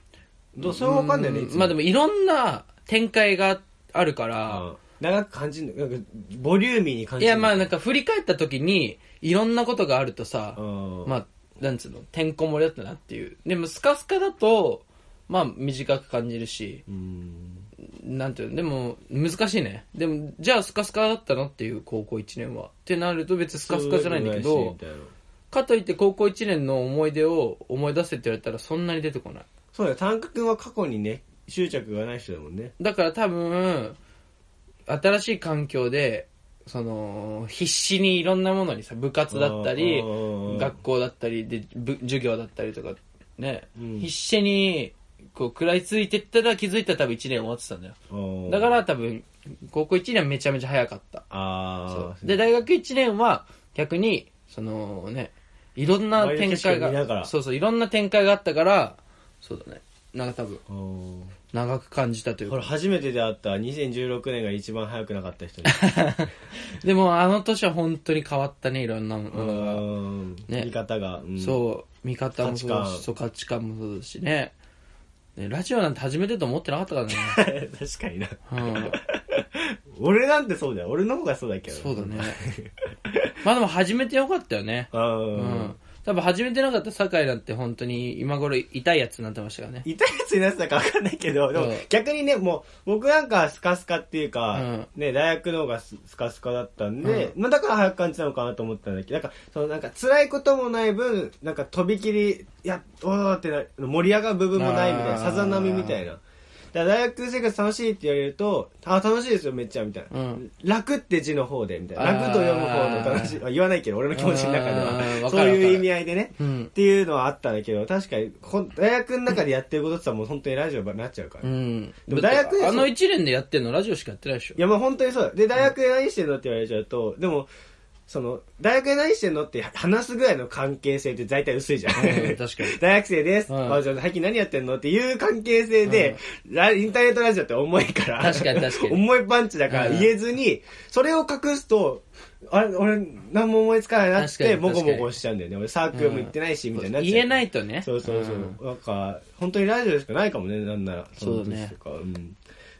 Speaker 1: どうそれは分かんないね
Speaker 2: う
Speaker 1: いつ
Speaker 2: まあでもいろんな展開があるから、
Speaker 1: あ長く感じるのなんかボリューミーに感
Speaker 2: い
Speaker 1: じる
Speaker 2: やまあなんか振り返った時に、いろんなことがあるとさ、
Speaker 1: うん
Speaker 2: まあ、なんつうの、てんこ盛りだったなっていう。でもスカスカだと、まあ短く感じるし、
Speaker 1: うん
Speaker 2: なんていうの、でも難しいね。でも、じゃあスカスカだったのっていう高校1年は。ってなると別にスカスカじゃないんだけ
Speaker 1: そういうの
Speaker 2: ど
Speaker 1: み、たいな
Speaker 2: かといって高校1年の思い出を思い出せって言われたらそんなに出てこない。
Speaker 1: そうだよ田中君は過去にね執着がない人だもんね
Speaker 2: だから多分、新しい環境で、その、必死にいろんなものにさ、部活だったり、
Speaker 1: うんうんうん
Speaker 2: 学校だったりで、ぶ授業だったりとか、ね、
Speaker 1: うん
Speaker 2: 必死に、こう、食らいついてったら気づいたら多分1年終わってたんだよ。
Speaker 1: うん
Speaker 2: だから多分、高校1年はめちゃめちゃ早かった。
Speaker 1: あ
Speaker 2: そ
Speaker 1: あ
Speaker 2: うで、大学1年は逆に、そのね、いろんな
Speaker 1: 周り
Speaker 2: 展
Speaker 1: の景
Speaker 2: 開
Speaker 1: 色を見なが
Speaker 2: が、
Speaker 1: ら
Speaker 2: そうそう、いろんな展開があったから、そうだね、なんか多分、長く感じたという
Speaker 1: こ
Speaker 2: か
Speaker 1: れ。初めて出会った2016年が一番早くなかった 人ね
Speaker 2: でもあの年は本当に変わったねいろんな
Speaker 1: う
Speaker 2: ものが、
Speaker 1: ん
Speaker 2: ね
Speaker 1: 見方がうん
Speaker 2: そう見方もそうだ
Speaker 1: 価値
Speaker 2: し
Speaker 1: 観
Speaker 2: そう価値観もそうだしねねラジオなんて始めてると思ってなかったからね、
Speaker 1: 確かにな
Speaker 2: うん、
Speaker 1: 俺なんてそうだよ俺の方がそうだけど
Speaker 2: そうだ ねまあでも始めてよかったよね
Speaker 1: ああ
Speaker 2: うん、多分始めてなかった酒井なんて本当に今頃痛いやつになってましたからね
Speaker 1: 痛いやつになってたか分かんないけど、でも
Speaker 2: うん
Speaker 1: 逆にね、もう、僕なんかはスカスカっていうか、
Speaker 2: うん
Speaker 1: ね、大学の方がススカスカだったんで、まあだから早く感じたのかなと思ったんだけど、なんか、そのなんか辛いこともない分、なんか飛び切り、やっ、おーってな、盛り上がる部分もないみたい
Speaker 2: あ
Speaker 1: な、
Speaker 2: ー
Speaker 1: さざ波みたいな。だから大学生活楽しいって言われると、あ、楽しいですよ、めっちゃ、みたいな。
Speaker 2: うん
Speaker 1: 楽って字の方で、みたいな。
Speaker 2: あー
Speaker 1: 楽と読む方の楽しい。あ言わないけど、俺の気持ちの中で
Speaker 2: あー
Speaker 1: は。
Speaker 2: わ
Speaker 1: そ
Speaker 2: か
Speaker 1: う
Speaker 2: る
Speaker 1: いう意味合いでね。
Speaker 2: うん
Speaker 1: っていうのはあったんだけど、確かに、ほん大学の中でやってることって言ったらもう本当にラジオになっちゃうから。
Speaker 2: う
Speaker 1: い
Speaker 2: ん
Speaker 1: でも大学でそう
Speaker 2: あの1年でやってんのラジオしかやってないでしょ
Speaker 1: や、まあ本当にそうだ。で、大学で何してんのって言われちゃうと、でも、その、大学で何してんのって話すぐらいの関係性って大体薄いじゃん。
Speaker 2: うん確か に
Speaker 1: 大学生です。
Speaker 2: うん
Speaker 1: あじゃあ最近何やってんのっていう関係性で、ラインターネットラジオって重いから。
Speaker 2: 確かに確か に
Speaker 1: 重いパンチだから
Speaker 2: うん
Speaker 1: 言えずに、それを隠すと、あれ、俺、何も思いつかないなっ
Speaker 2: 確か
Speaker 1: て、
Speaker 2: に
Speaker 1: も
Speaker 2: 確か
Speaker 1: ご
Speaker 2: に
Speaker 1: もごしちゃうんだよね。俺サークルも行ってないし、みたいになっちゃう
Speaker 2: 言えないとね
Speaker 1: そうそうそう。
Speaker 2: ん
Speaker 1: なんか、本当にラジオしかないかもね、なんなら。
Speaker 2: そうだね
Speaker 1: その時とかうん。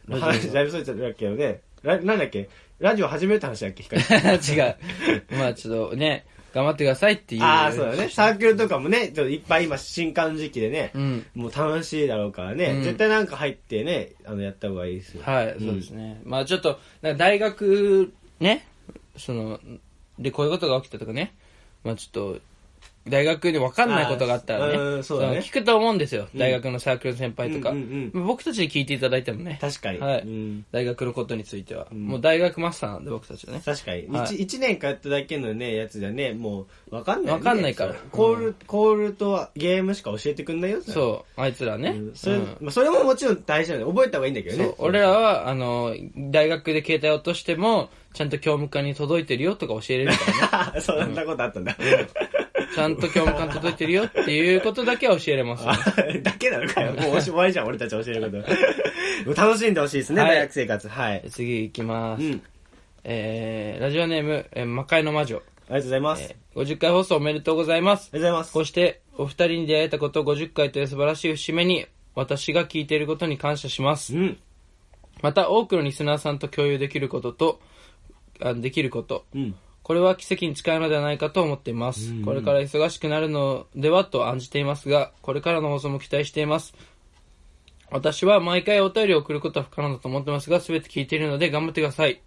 Speaker 2: ラ
Speaker 1: まあ
Speaker 2: ジオ
Speaker 1: 話、だいぶそれちゃったけどね。ラなんだっけラジオ始めるって話だっけ 光
Speaker 2: 違う まあちょっとね頑張ってくださいっていう
Speaker 1: ああ、そうだね。サークルとかもね、ちょっといっぱい今、新刊時期でね、
Speaker 2: うん
Speaker 1: もう楽しいだろうからね、
Speaker 2: うん
Speaker 1: 絶対なんか入ってね、あの、やった方がいいですよ。
Speaker 2: はい、そうですね。まあちょっと、なんか大学、ね、その、で、こういうことが起きたとかね、まあちょっと、大学で分かんないことがあったら
Speaker 1: あーう
Speaker 2: ね、
Speaker 1: んそうだね
Speaker 2: の聞くと思うんですよ。大学のサークルの先輩とか。
Speaker 1: うんうん
Speaker 2: 僕たちに聞いていただいてもね。
Speaker 1: 確かに
Speaker 2: はい
Speaker 1: うん
Speaker 2: 大学のことについては。もう大学マスターなんで、僕たちはね。
Speaker 1: 確かに、
Speaker 2: はい
Speaker 1: 一一年通っただけのねやつじゃねもうわかんない、ね、
Speaker 2: わかんないから
Speaker 1: そうコール、コールとゲームしか教えてくんないよそれ
Speaker 2: そう、あいつらね。
Speaker 1: うんそれ,、
Speaker 2: うん
Speaker 1: まあ、それももちろん大事なんで覚えた方がいいんだけど
Speaker 2: そ
Speaker 1: ね
Speaker 2: う俺らは、あの、大学で携帯落としても、ちゃんと教務課に届いてるよとか教えれる から ね。
Speaker 1: そんなことあったんだ。
Speaker 2: ちゃんと教務課に届いてるよっていうことだけは教えれます。
Speaker 1: だけなのかよ。 もうおし終わりじゃん、俺たち教えること。 楽しんでほしいですね、
Speaker 2: はい
Speaker 1: 大学生活。はい。あり
Speaker 2: 次行きます。
Speaker 1: うん
Speaker 2: えー、ラジオネーム、えー魔界の魔女。
Speaker 1: がとうございます。あ
Speaker 2: え
Speaker 1: り
Speaker 2: ー50回放送おめでとうございます。
Speaker 1: がとうございます。
Speaker 2: こうして、お二人に出会えたこと50回という素晴らしい節目に、私が聞いていることに感謝します。
Speaker 1: うん。
Speaker 2: また、多くのリスナーさんと共有できることと、あできること。
Speaker 1: うん。
Speaker 2: これは奇跡に近いのではないかと思っています。これから忙しくなるのではと案じていますが、これからの放送も期待しています。私は毎回お便りを送ることは不可能だと思ってますが、すべて聞いているので頑張ってください。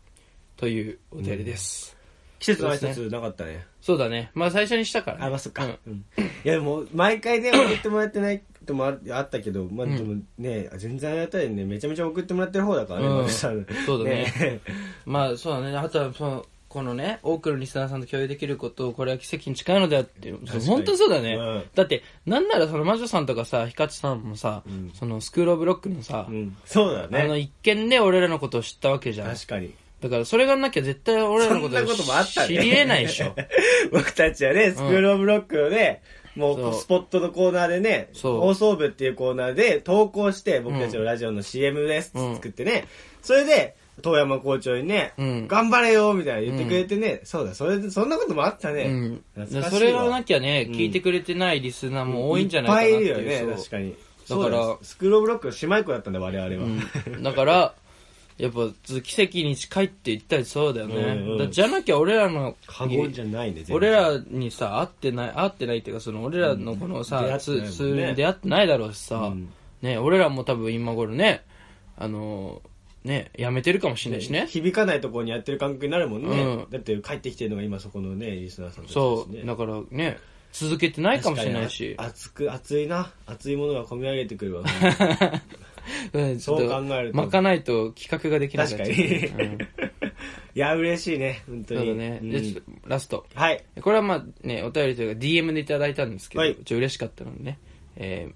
Speaker 2: というお便りです。
Speaker 1: 季節の挨拶なかったね。
Speaker 2: そうだね。まあ最初にしたから、ね。
Speaker 1: あ、まあ、そっか。
Speaker 2: うん
Speaker 1: うんいや、でも、毎回ね、送ってもらってないこともああったけど、まあ、でもね、全然ありがたいね。めちゃめちゃ送ってもらってる方だからね、
Speaker 2: うん
Speaker 1: マルさん
Speaker 2: そうだね。まあそうだね。あとはその、このね、多くのリスナーさんと共有できることを、これは奇跡に近いのであっていう
Speaker 1: かに
Speaker 2: 本当そうだね。
Speaker 1: うん
Speaker 2: だって、なんならその魔女さんとかさ、ヒカチさんもさ、そのスクールオブロックのさ、
Speaker 1: うんそうだ
Speaker 2: あの
Speaker 1: ね。
Speaker 2: 一見で俺らのことを知ったわけじゃん。
Speaker 1: 確かに。
Speaker 2: だからそれがなきゃ絶対俺らのこ
Speaker 1: そんなこともあった
Speaker 2: と
Speaker 1: ね
Speaker 2: 知り得ないでしょ。
Speaker 1: 僕たちはね、スクールオブロックのね、
Speaker 2: そ
Speaker 1: も
Speaker 2: う
Speaker 1: うスポットのコーナーでね、
Speaker 2: そう
Speaker 1: 放送部っていうコーナーで投稿して、僕たちのラジオの CM ですって作ってね、それで、遠山校長にね、
Speaker 2: うん
Speaker 1: 頑張れよみたいな言ってくれてね、そうだ、それ、そんなこともあった
Speaker 2: う
Speaker 1: ね
Speaker 2: ん。。
Speaker 1: 懐かしい
Speaker 2: そ
Speaker 1: わ
Speaker 2: れがなきゃね、
Speaker 1: うん
Speaker 2: 聞いてくれてないリスナーも多いんじゃないかなって
Speaker 1: っぱいいる
Speaker 2: い
Speaker 1: よね、
Speaker 2: う。そう
Speaker 1: 確かに。
Speaker 2: だから
Speaker 1: そうよスクールオブロックの姉妹校だったんだ、我々は。
Speaker 2: うんだから、やっぱ、奇跡に近いって言ったりそうだよね。
Speaker 1: うんうん
Speaker 2: だじゃなきゃ俺らの、
Speaker 1: 過言じゃないね、全然
Speaker 2: 俺らにさ、会ってない、会ってないっていうか、その俺らのこ
Speaker 1: う
Speaker 2: の
Speaker 1: ん出
Speaker 2: さ、
Speaker 1: 会ってないもんね
Speaker 2: ツツールに出会ってないだろうしさ、
Speaker 1: うん
Speaker 2: ね、俺らも多分今頃ね、あの、ね、やめてるかもしれないしね。
Speaker 1: 響かないところにやってる感覚になるもんね、
Speaker 2: うん
Speaker 1: だって帰ってきてるのが今そこのねリスナーさんたちだし
Speaker 2: そ
Speaker 1: ね
Speaker 2: う、だからね、続けてないかもしれないし
Speaker 1: 確か。に熱く熱いな熱いものが込み上げてくる わ
Speaker 2: うんちょっ
Speaker 1: そう考えると
Speaker 2: 巻かないと企画ができなく
Speaker 1: 確
Speaker 2: な
Speaker 1: か
Speaker 2: っ
Speaker 1: に、
Speaker 2: ちゃうね。うん
Speaker 1: いや嬉しいね本当
Speaker 2: そ
Speaker 1: に
Speaker 2: うだね。
Speaker 1: ん
Speaker 2: で、ちょっとラスト。
Speaker 1: はい
Speaker 2: これはまあね、お便りというか DM でいただいたんですけど、
Speaker 1: はい
Speaker 2: ちょっと嬉しかったのでね。えー、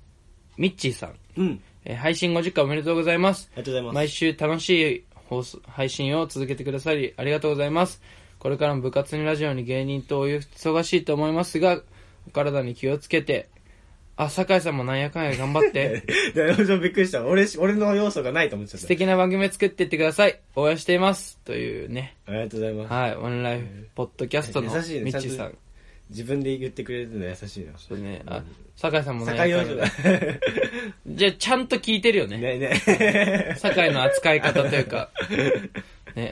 Speaker 2: ミッチーさん、
Speaker 1: うんあり
Speaker 2: えー配信50回おめでとうございます。
Speaker 1: がとうございます
Speaker 2: 毎週楽しい放送配信を続けてくださりありがとうございますこれからも部活にラジオに芸人とお忙しいと思いますがお体に気をつけてあ酒井さんもなんやかんや頑張って
Speaker 1: でちょっとびっくりした俺し俺の要素がないと思っちゃっ
Speaker 2: 素
Speaker 1: た
Speaker 2: 敵な番組作ってってください応援していますというね
Speaker 1: ありがとうございます
Speaker 2: はいワンライフポッドキャストのミ
Speaker 1: 優しいね
Speaker 2: ッチー
Speaker 1: ち
Speaker 2: さ
Speaker 1: ゃん
Speaker 2: ん
Speaker 1: と自分で言ってくれるの優しいな
Speaker 2: そうねあ酒井さんもなん
Speaker 1: 酒井
Speaker 2: や
Speaker 1: 要
Speaker 2: かん
Speaker 1: 素
Speaker 2: や
Speaker 1: だ
Speaker 2: じゃあちゃんと聞いてるよ ね
Speaker 1: ね ね
Speaker 2: 酒井の扱い方とい うかね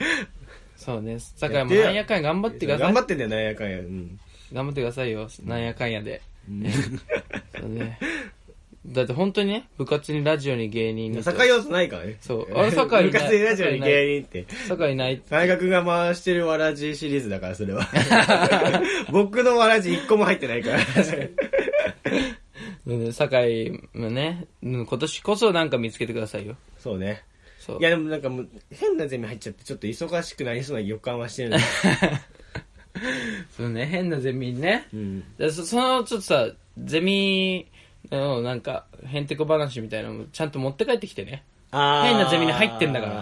Speaker 2: そうね酒井もなんやかんや頑張ってください
Speaker 1: 頑張ってんだよなんやかんやうん
Speaker 2: 頑張ってくださいよ。なんやかんやで。
Speaker 1: うん
Speaker 2: ねそうね。だって本当にね、部活にラジオに芸人にと。
Speaker 1: 酒井要素ないからね
Speaker 2: そう俺酒 井いない
Speaker 1: 部活にラジオに芸人って
Speaker 2: 酒井ない。
Speaker 1: 大学が回してるわらじシリーズだから、それは。 僕のわらじ一個も入ってない から。
Speaker 2: うん酒井もね、うん今年こそなんか見つけてくださいよ。
Speaker 1: そうね。
Speaker 2: そう
Speaker 1: い。や、でもなんかもう、変なゼミ入っちゃって、ちょっと忙しくなりそうな予感はしてる。
Speaker 2: そうね、変なゼミね。
Speaker 1: うん。
Speaker 2: でそその、ちょっとさ、ゼミのなんか、へんてこ話みたいなのもちゃんと持って帰ってきてね。
Speaker 1: あー
Speaker 2: 変なゼミに入ってんだから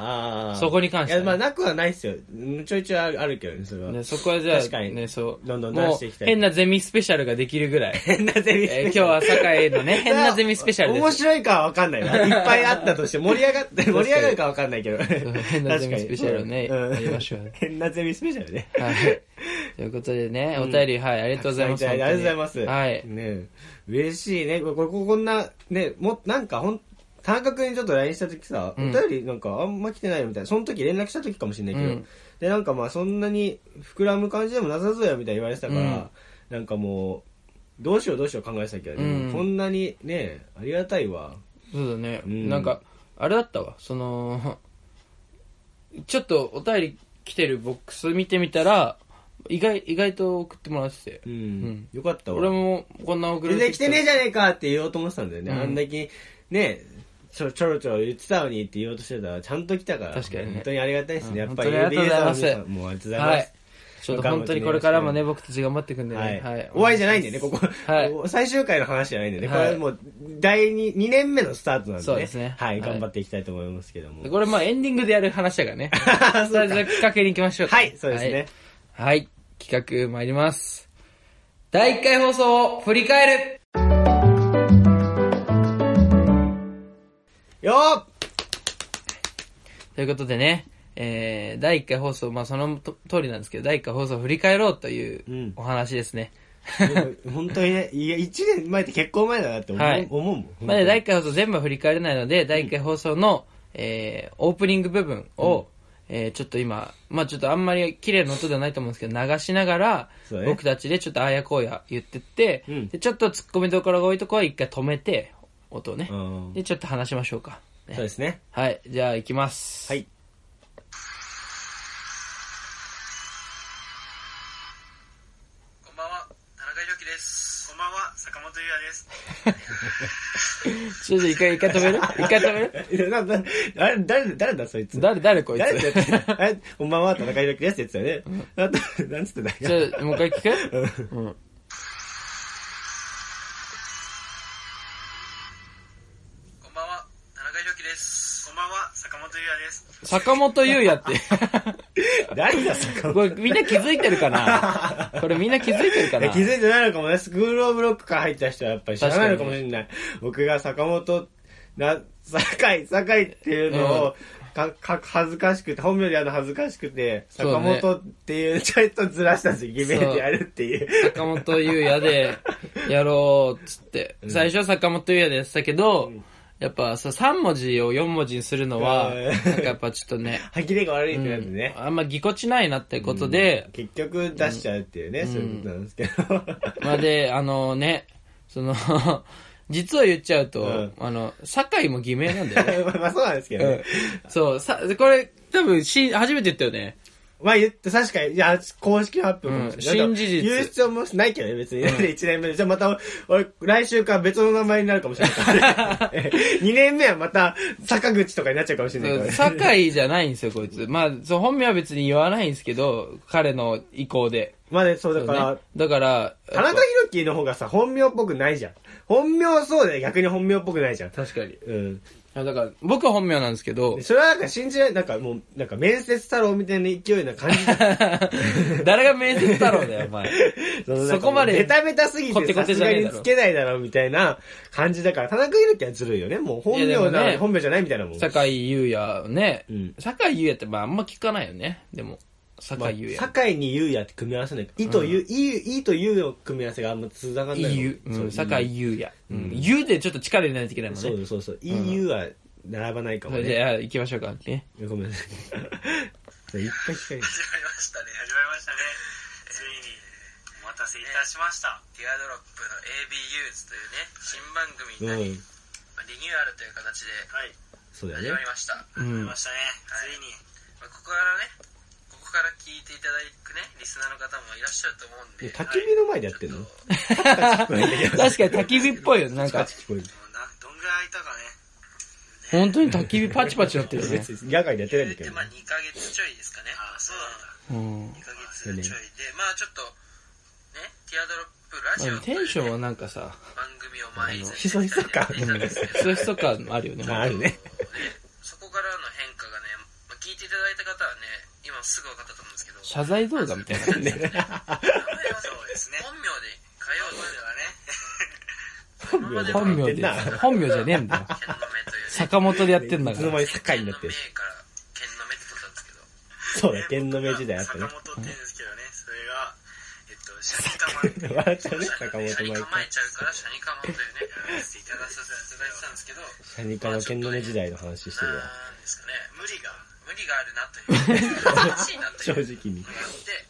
Speaker 1: あー
Speaker 2: そこに関してはい
Speaker 1: や、まあ、なくはないっすよ。うんちょいちょいあるあるけどね、それは。
Speaker 2: ね、そこはじゃあ、
Speaker 1: 確かに
Speaker 2: ね、そう。
Speaker 1: どんどん出
Speaker 2: も
Speaker 1: し
Speaker 2: う
Speaker 1: ていきたい
Speaker 2: 変なゼミスペシャルができるぐらい。
Speaker 1: 変なゼミス
Speaker 2: えー
Speaker 1: ペシ
Speaker 2: 今日
Speaker 1: ャル。
Speaker 2: は酒井の ね、変なゼミスペシャルです。
Speaker 1: 面白いかはわかんないな。いっぱいあったと して、盛り上がって、
Speaker 2: かに
Speaker 1: 盛り上がるかはわかんないけど。
Speaker 2: そう変なゼミスペシャルをね
Speaker 1: 確かに
Speaker 2: やりましょうよ
Speaker 1: 変なゼミスペシャルね。
Speaker 2: はい。ということでね、お便り、はい、ありがとうございます。
Speaker 1: たくさんただいてありがとうございます。
Speaker 2: はい。
Speaker 1: ね嬉しいね。これ、ここんな、ね、も、なんかほん、田中君にちょっと LINE した時さ、
Speaker 2: うん
Speaker 1: お便りなんかあんま来てないよみたいな、その時連絡した時かもしれないけど、
Speaker 2: うん
Speaker 1: で、なんかまあそんなに膨らむ感じでもなさそうやみたいな言われてたから、
Speaker 2: うん
Speaker 1: なんかもう、どうしようどうしよう考えてたけど、ね
Speaker 2: うん
Speaker 1: こんなにね、ありがたいわ。
Speaker 2: そうだね。
Speaker 1: うん
Speaker 2: なんか、あれだったわ。その、ちょっとお便り来てるボックス見てみたら、意外、意外と送ってもらってて
Speaker 1: うん。。
Speaker 2: ん
Speaker 1: よかったわ。
Speaker 2: 俺もこんな送ら
Speaker 1: 全
Speaker 2: れ
Speaker 1: 然
Speaker 2: て
Speaker 1: 来てねえじゃねえかって言おうと思ってたんだよね。
Speaker 2: うん
Speaker 1: あんだけ、ね、ちょちょろちょろ言ってたのにって言おうとしてたら、ちゃんと来たから。
Speaker 2: 確かにね
Speaker 1: 本当にありがたいですね。
Speaker 2: う
Speaker 1: や
Speaker 2: ん
Speaker 1: っぱり
Speaker 2: 本当にありがとうございま
Speaker 1: LDS
Speaker 2: す
Speaker 1: の皆さんもうありがとうござい
Speaker 2: は
Speaker 1: ま
Speaker 2: い
Speaker 1: す。。
Speaker 2: ちょっと本当にこれからもね、僕たち頑張っていくんで
Speaker 1: は
Speaker 2: ね。
Speaker 1: い。
Speaker 2: はい。
Speaker 1: 終わりじゃないんだよね、ここ。
Speaker 2: はい
Speaker 1: 最終回の話じゃないんだよね。
Speaker 2: はい
Speaker 1: これもう、第 2, 2年目のスタートなんでね。
Speaker 2: そうですね
Speaker 1: はい、
Speaker 2: はい
Speaker 1: 頑張っていきたいと思いますけども。
Speaker 2: これまあエンディングでやる話だからね。
Speaker 1: そう
Speaker 2: それじゃあ企画に行きましょうか
Speaker 1: はいそうですね。
Speaker 2: はい、はい企画参ります。第1回放送を振り返る
Speaker 1: よー
Speaker 2: ということでね、えー、第1回放送、まあそのと通りなんですけど、第1回放送を振り返ろうという
Speaker 1: うん
Speaker 2: お話ですね。
Speaker 1: 本当にね、いや、1年前って結構前だなって思う,、
Speaker 2: はい
Speaker 1: 思うもん。
Speaker 2: まあね、第1回放送全部は振り返れないので、第1回放送の、えー、オープニング部分を、えー、ちょっと今、まあちょっとあんまり綺麗な音ではないと思うんですけど、流しながら、
Speaker 1: そうね
Speaker 2: 僕たちでちょっとあやこうや言ってって、
Speaker 1: うん
Speaker 2: で、ちょっとツッコミどころが多いとこは一回止めて、音をね、
Speaker 1: うん
Speaker 2: で、ちょっと話しましょうか。ね
Speaker 1: そうですね。
Speaker 2: はい、じゃあ行きます。
Speaker 1: はい。
Speaker 3: こんばんは、田中裕樹です。こんばんは、坂本優也です。
Speaker 2: ちょっと一回、一回止 める一回止める
Speaker 1: いやななあれ、誰だ、誰だ、そいつ。
Speaker 2: 誰、誰こい
Speaker 1: 誰だ
Speaker 2: つ
Speaker 1: よあれ、こんばんは、田中裕樹ですって言ってたよね。あと、なんつってた
Speaker 2: ちょ、もう一回聞くうん。
Speaker 3: こんばんは、田中裕樹です。こんばんは、坂坂本優也です。
Speaker 2: 坂本優也って。
Speaker 1: 誰だ、坂
Speaker 2: こ
Speaker 1: 本。
Speaker 2: れみんな気づいてる かなこれみんな気づいてるかな
Speaker 1: え気づいてないのかもね。スクールオブロックから入った人はやっぱり知らないのかもしれない。僕が坂本、な、酒井、酒井っていうのを、か、か、恥ずかしくて、本名でやるの恥ずかしくて、
Speaker 2: そう
Speaker 1: 坂
Speaker 2: ね
Speaker 1: 本っていう、ちょっとずらしたんですよ。偽名でやるっていう。
Speaker 2: 坂本優也でやろうっつって、最初は坂本優也でやってたけど、やっぱさ3文字を4文字にするのは、
Speaker 1: うん
Speaker 2: なんかやっぱちょっと ね、
Speaker 1: 歯切れが悪いっ
Speaker 2: う
Speaker 1: てなって
Speaker 2: ん
Speaker 1: ね。
Speaker 2: あんまぎこちないなってことで、
Speaker 1: 結局出しちゃうっていうね、そういうことなんですけど。
Speaker 2: まあであのねその 実を言っちゃうと、
Speaker 1: うん
Speaker 2: あの酒井も偽名なんだよね、
Speaker 1: まあま あそうなんですけどね。
Speaker 2: うんそうさこれ多分し初めて言ったよね
Speaker 1: まあ言って、確かに、いや、公式発表かもしれない。
Speaker 2: うん新事実
Speaker 1: 言う必要もないけどね、別に。1年目で。じゃあまた、俺、来週から別の名前になるかもしれないから ね。2年目はまた、坂口とかになっちゃうかもしれないからね。
Speaker 2: 酒井じゃないんですよこいつまあそう本名は別に言わないんですけど彼の意向で
Speaker 1: まあね、そうだか
Speaker 2: そう
Speaker 1: ら
Speaker 2: ね、だから
Speaker 1: 田中宏樹の方がさ、本名っぽくないじゃん。本名そうだよ、逆に本名っぽくないじゃん。
Speaker 2: 確かに
Speaker 1: うん。
Speaker 2: あだから、僕は本名なんですけど、
Speaker 1: それはなんか信じられない、なんかもう、なんか面接太郎みたいな勢いな感じだ
Speaker 2: 誰が面接太郎だよ、お前。
Speaker 1: その
Speaker 2: そこまで
Speaker 1: ベタベタすぎ
Speaker 2: コテ
Speaker 1: て、
Speaker 2: コ
Speaker 1: さ
Speaker 2: テ
Speaker 1: す
Speaker 2: じゃ
Speaker 1: が
Speaker 2: ねえだ
Speaker 1: に
Speaker 2: ろ
Speaker 1: つけないだろうみたいな感じだから、田中裕樹はずるいよね。もう本
Speaker 2: い
Speaker 1: 名
Speaker 2: やでも
Speaker 1: な、
Speaker 2: ね
Speaker 1: 本名じゃないみたいなもん。
Speaker 2: 酒井優也ね
Speaker 1: うん。
Speaker 2: 酒井優也って、まあ、あんま聞かないよね。でも、酒井優也。
Speaker 1: 酒井に優也って組み合わせない。いとゆ、い、いとゆの組み合わせがあんまつながんないもん。
Speaker 2: EU。う
Speaker 1: そ
Speaker 2: ん
Speaker 1: う
Speaker 2: 酒井優也。うん。優でちょっと力入れないといけないもん
Speaker 1: そ
Speaker 2: ね。
Speaker 1: うそうそう。いゆは並ばないか
Speaker 2: そ
Speaker 1: も
Speaker 2: れ
Speaker 1: ね。
Speaker 2: で、あ行きましょうか。ね
Speaker 1: ご めんなさい。いっぱい光る。
Speaker 3: 始まりましたね。始まりま したね。ついに、お待たせいたしました。ティアドロップの ABUs というね、新番組
Speaker 1: うん。
Speaker 3: になり、まあリニューアルという形で、はい、
Speaker 1: そうだ
Speaker 3: 始
Speaker 1: ね
Speaker 3: ま。りました。
Speaker 2: うん
Speaker 3: ましたね。ついに、まあ、ここからね、ここから聞いていただくね、リスナーの方もいらっしゃると思うんで。
Speaker 1: 焚き火の前でやってんの
Speaker 3: はい
Speaker 2: 確かに焚き火っぽいよね。なん
Speaker 1: パ
Speaker 2: か、
Speaker 1: チ聞こえる。
Speaker 3: もうなどんぐらい空いたかね。
Speaker 2: 本当に焚き火パチパチなってるよね
Speaker 1: 別。に野外でやってないんだけ
Speaker 3: 言
Speaker 1: ど
Speaker 3: うてまあ
Speaker 1: ね。
Speaker 3: 2ヶ月ちょいですかね。ああ、そうなん
Speaker 2: う
Speaker 3: だ。
Speaker 2: ん。
Speaker 3: 2ヶ月ちょいで、まあちょっと、ね、ティアドロップラ
Speaker 2: まあ
Speaker 3: ジ
Speaker 2: で
Speaker 3: オ
Speaker 2: もテンションはなんかさ、
Speaker 3: 番組を前に
Speaker 1: ひそひそ感。
Speaker 2: そういう人感あるよね。
Speaker 1: あるね。
Speaker 3: そこからの変化がね、まあ、聞いていただいた方はね、今すぐ分かったと思うんですけど、
Speaker 2: 謝罪動画みたいな。
Speaker 3: そうですね。本名で火曜日ではね、
Speaker 2: 本
Speaker 1: や
Speaker 2: 名
Speaker 1: ってん
Speaker 2: で
Speaker 1: な。い、
Speaker 2: 本名じゃねえんだよ。
Speaker 3: 剣の目と
Speaker 2: 坂本
Speaker 3: いうね、
Speaker 2: でやってんだ
Speaker 1: つ
Speaker 2: か
Speaker 1: の間
Speaker 2: ら。
Speaker 1: に酒井になって
Speaker 3: 剣の
Speaker 1: る
Speaker 3: 目。から剣の目ってことなんですけど、
Speaker 1: そうだ、剣の目時代あったね
Speaker 4: 坂。本って言うんですけどね、それが、えっと、 シャリカマンっていう
Speaker 1: 笑っちゃうね、坂本
Speaker 3: 車
Speaker 1: 舞
Speaker 3: に構
Speaker 1: 香
Speaker 3: え。ちゃうから、車に構えというね、やらせていただいてたんですけど、
Speaker 1: シャニカの剣の目時代の話してるわ。
Speaker 3: なんですかね、無理が、無理があるなと いう、正しいなと
Speaker 1: 正
Speaker 3: いう。
Speaker 1: 直に。
Speaker 3: もらって、ね、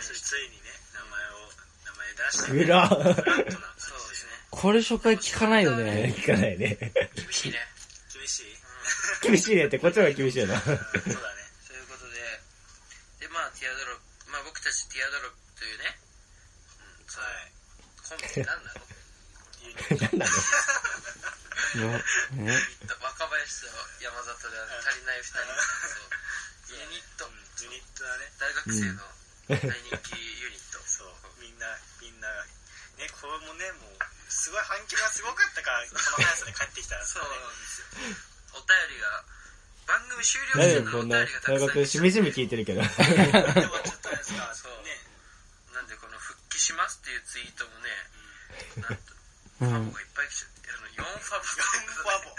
Speaker 4: そ
Speaker 3: そ
Speaker 4: し
Speaker 3: して
Speaker 4: ついにね、名前を、名前出して、
Speaker 1: うら
Speaker 4: そうなんです
Speaker 3: そうですね。
Speaker 2: これ初回聞かないよね。
Speaker 1: 聞かないね。
Speaker 3: 厳しいね。
Speaker 4: 厳しい、
Speaker 1: 厳しいねって、こっちの方が厳しいよな。
Speaker 4: そうだね。
Speaker 3: ということで、で、まあ、ティアドロップ、まあ僕たちティアドロップというね、うん、そう
Speaker 4: はい。
Speaker 3: コンビって何なの
Speaker 1: なんなの
Speaker 2: ねね
Speaker 3: 若林と山里では足りない二人なんですけど、ユニット、
Speaker 4: ユニットだね。
Speaker 3: 大学生の大人気ユニッ ト。
Speaker 4: そう、みんな、みんな、ね、これもね、もう、すごい反響がすごかったから、この速さで帰ってきたら、
Speaker 3: そう
Speaker 4: ね
Speaker 3: なんですよ。お便りが、番組終了
Speaker 1: 大
Speaker 3: 時
Speaker 1: 丈
Speaker 3: の
Speaker 1: 夫こ
Speaker 3: お
Speaker 1: ん
Speaker 3: 便
Speaker 1: な
Speaker 3: りが、た
Speaker 1: 大
Speaker 3: くさん
Speaker 1: 学しみじみ聞いてるけど。
Speaker 4: でもちょっとあれですか、
Speaker 3: そう
Speaker 4: ね、
Speaker 3: なんでこの復帰しますっていうツイートもね、なん
Speaker 2: うん
Speaker 3: と、ファボがいっぱい来ちゃって、あの4ファボ。
Speaker 4: ファボ。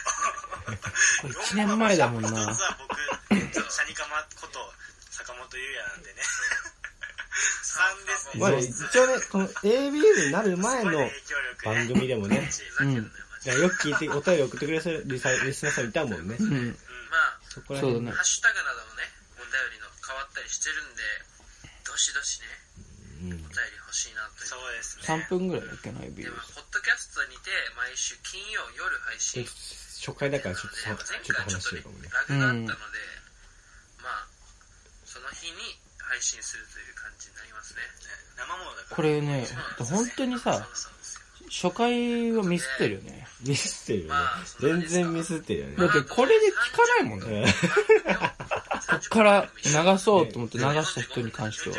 Speaker 2: これ1年前だもん
Speaker 4: 本当
Speaker 2: な
Speaker 4: は。僕、シャニカマこと、坂本優也なんでね。3ですね。
Speaker 1: まあね一応ね、この ABU になる前の番組でもね、
Speaker 2: うん。
Speaker 1: じゃあよく聞いて、お便り送ってくれるリサリスナーさんいたもんね。
Speaker 2: うん。
Speaker 3: まあ、
Speaker 1: そこら
Speaker 2: そうだ
Speaker 1: 辺
Speaker 2: ね
Speaker 3: ハ。ッシュタグなどもね、お便りの変わったりしてるんで、どしどしね、
Speaker 1: うん
Speaker 3: お便り欲しいなと
Speaker 4: そ
Speaker 3: いう。
Speaker 4: うですね。
Speaker 2: 3分ぐらいだっけな、指
Speaker 3: でも、ポッドキャストにて、毎週金曜夜配
Speaker 1: ちょ
Speaker 3: 信
Speaker 1: っと。初回だからちょっと
Speaker 3: な
Speaker 1: さ
Speaker 3: の
Speaker 1: ちょっと話してるかもね。
Speaker 3: で、前回ちょっとねラグがあったので、まあ、その日に配信するという感じになりますね。
Speaker 4: 生ものだから。
Speaker 2: これね、本当にさ、
Speaker 3: そうですよ
Speaker 2: 初回はミスってるよね。
Speaker 1: ミスってるよね。全然ミスってるよね。
Speaker 2: だってこれで聞かないもん
Speaker 1: う
Speaker 2: ね。
Speaker 1: ん
Speaker 2: こっから流そうと思って流した人に関しては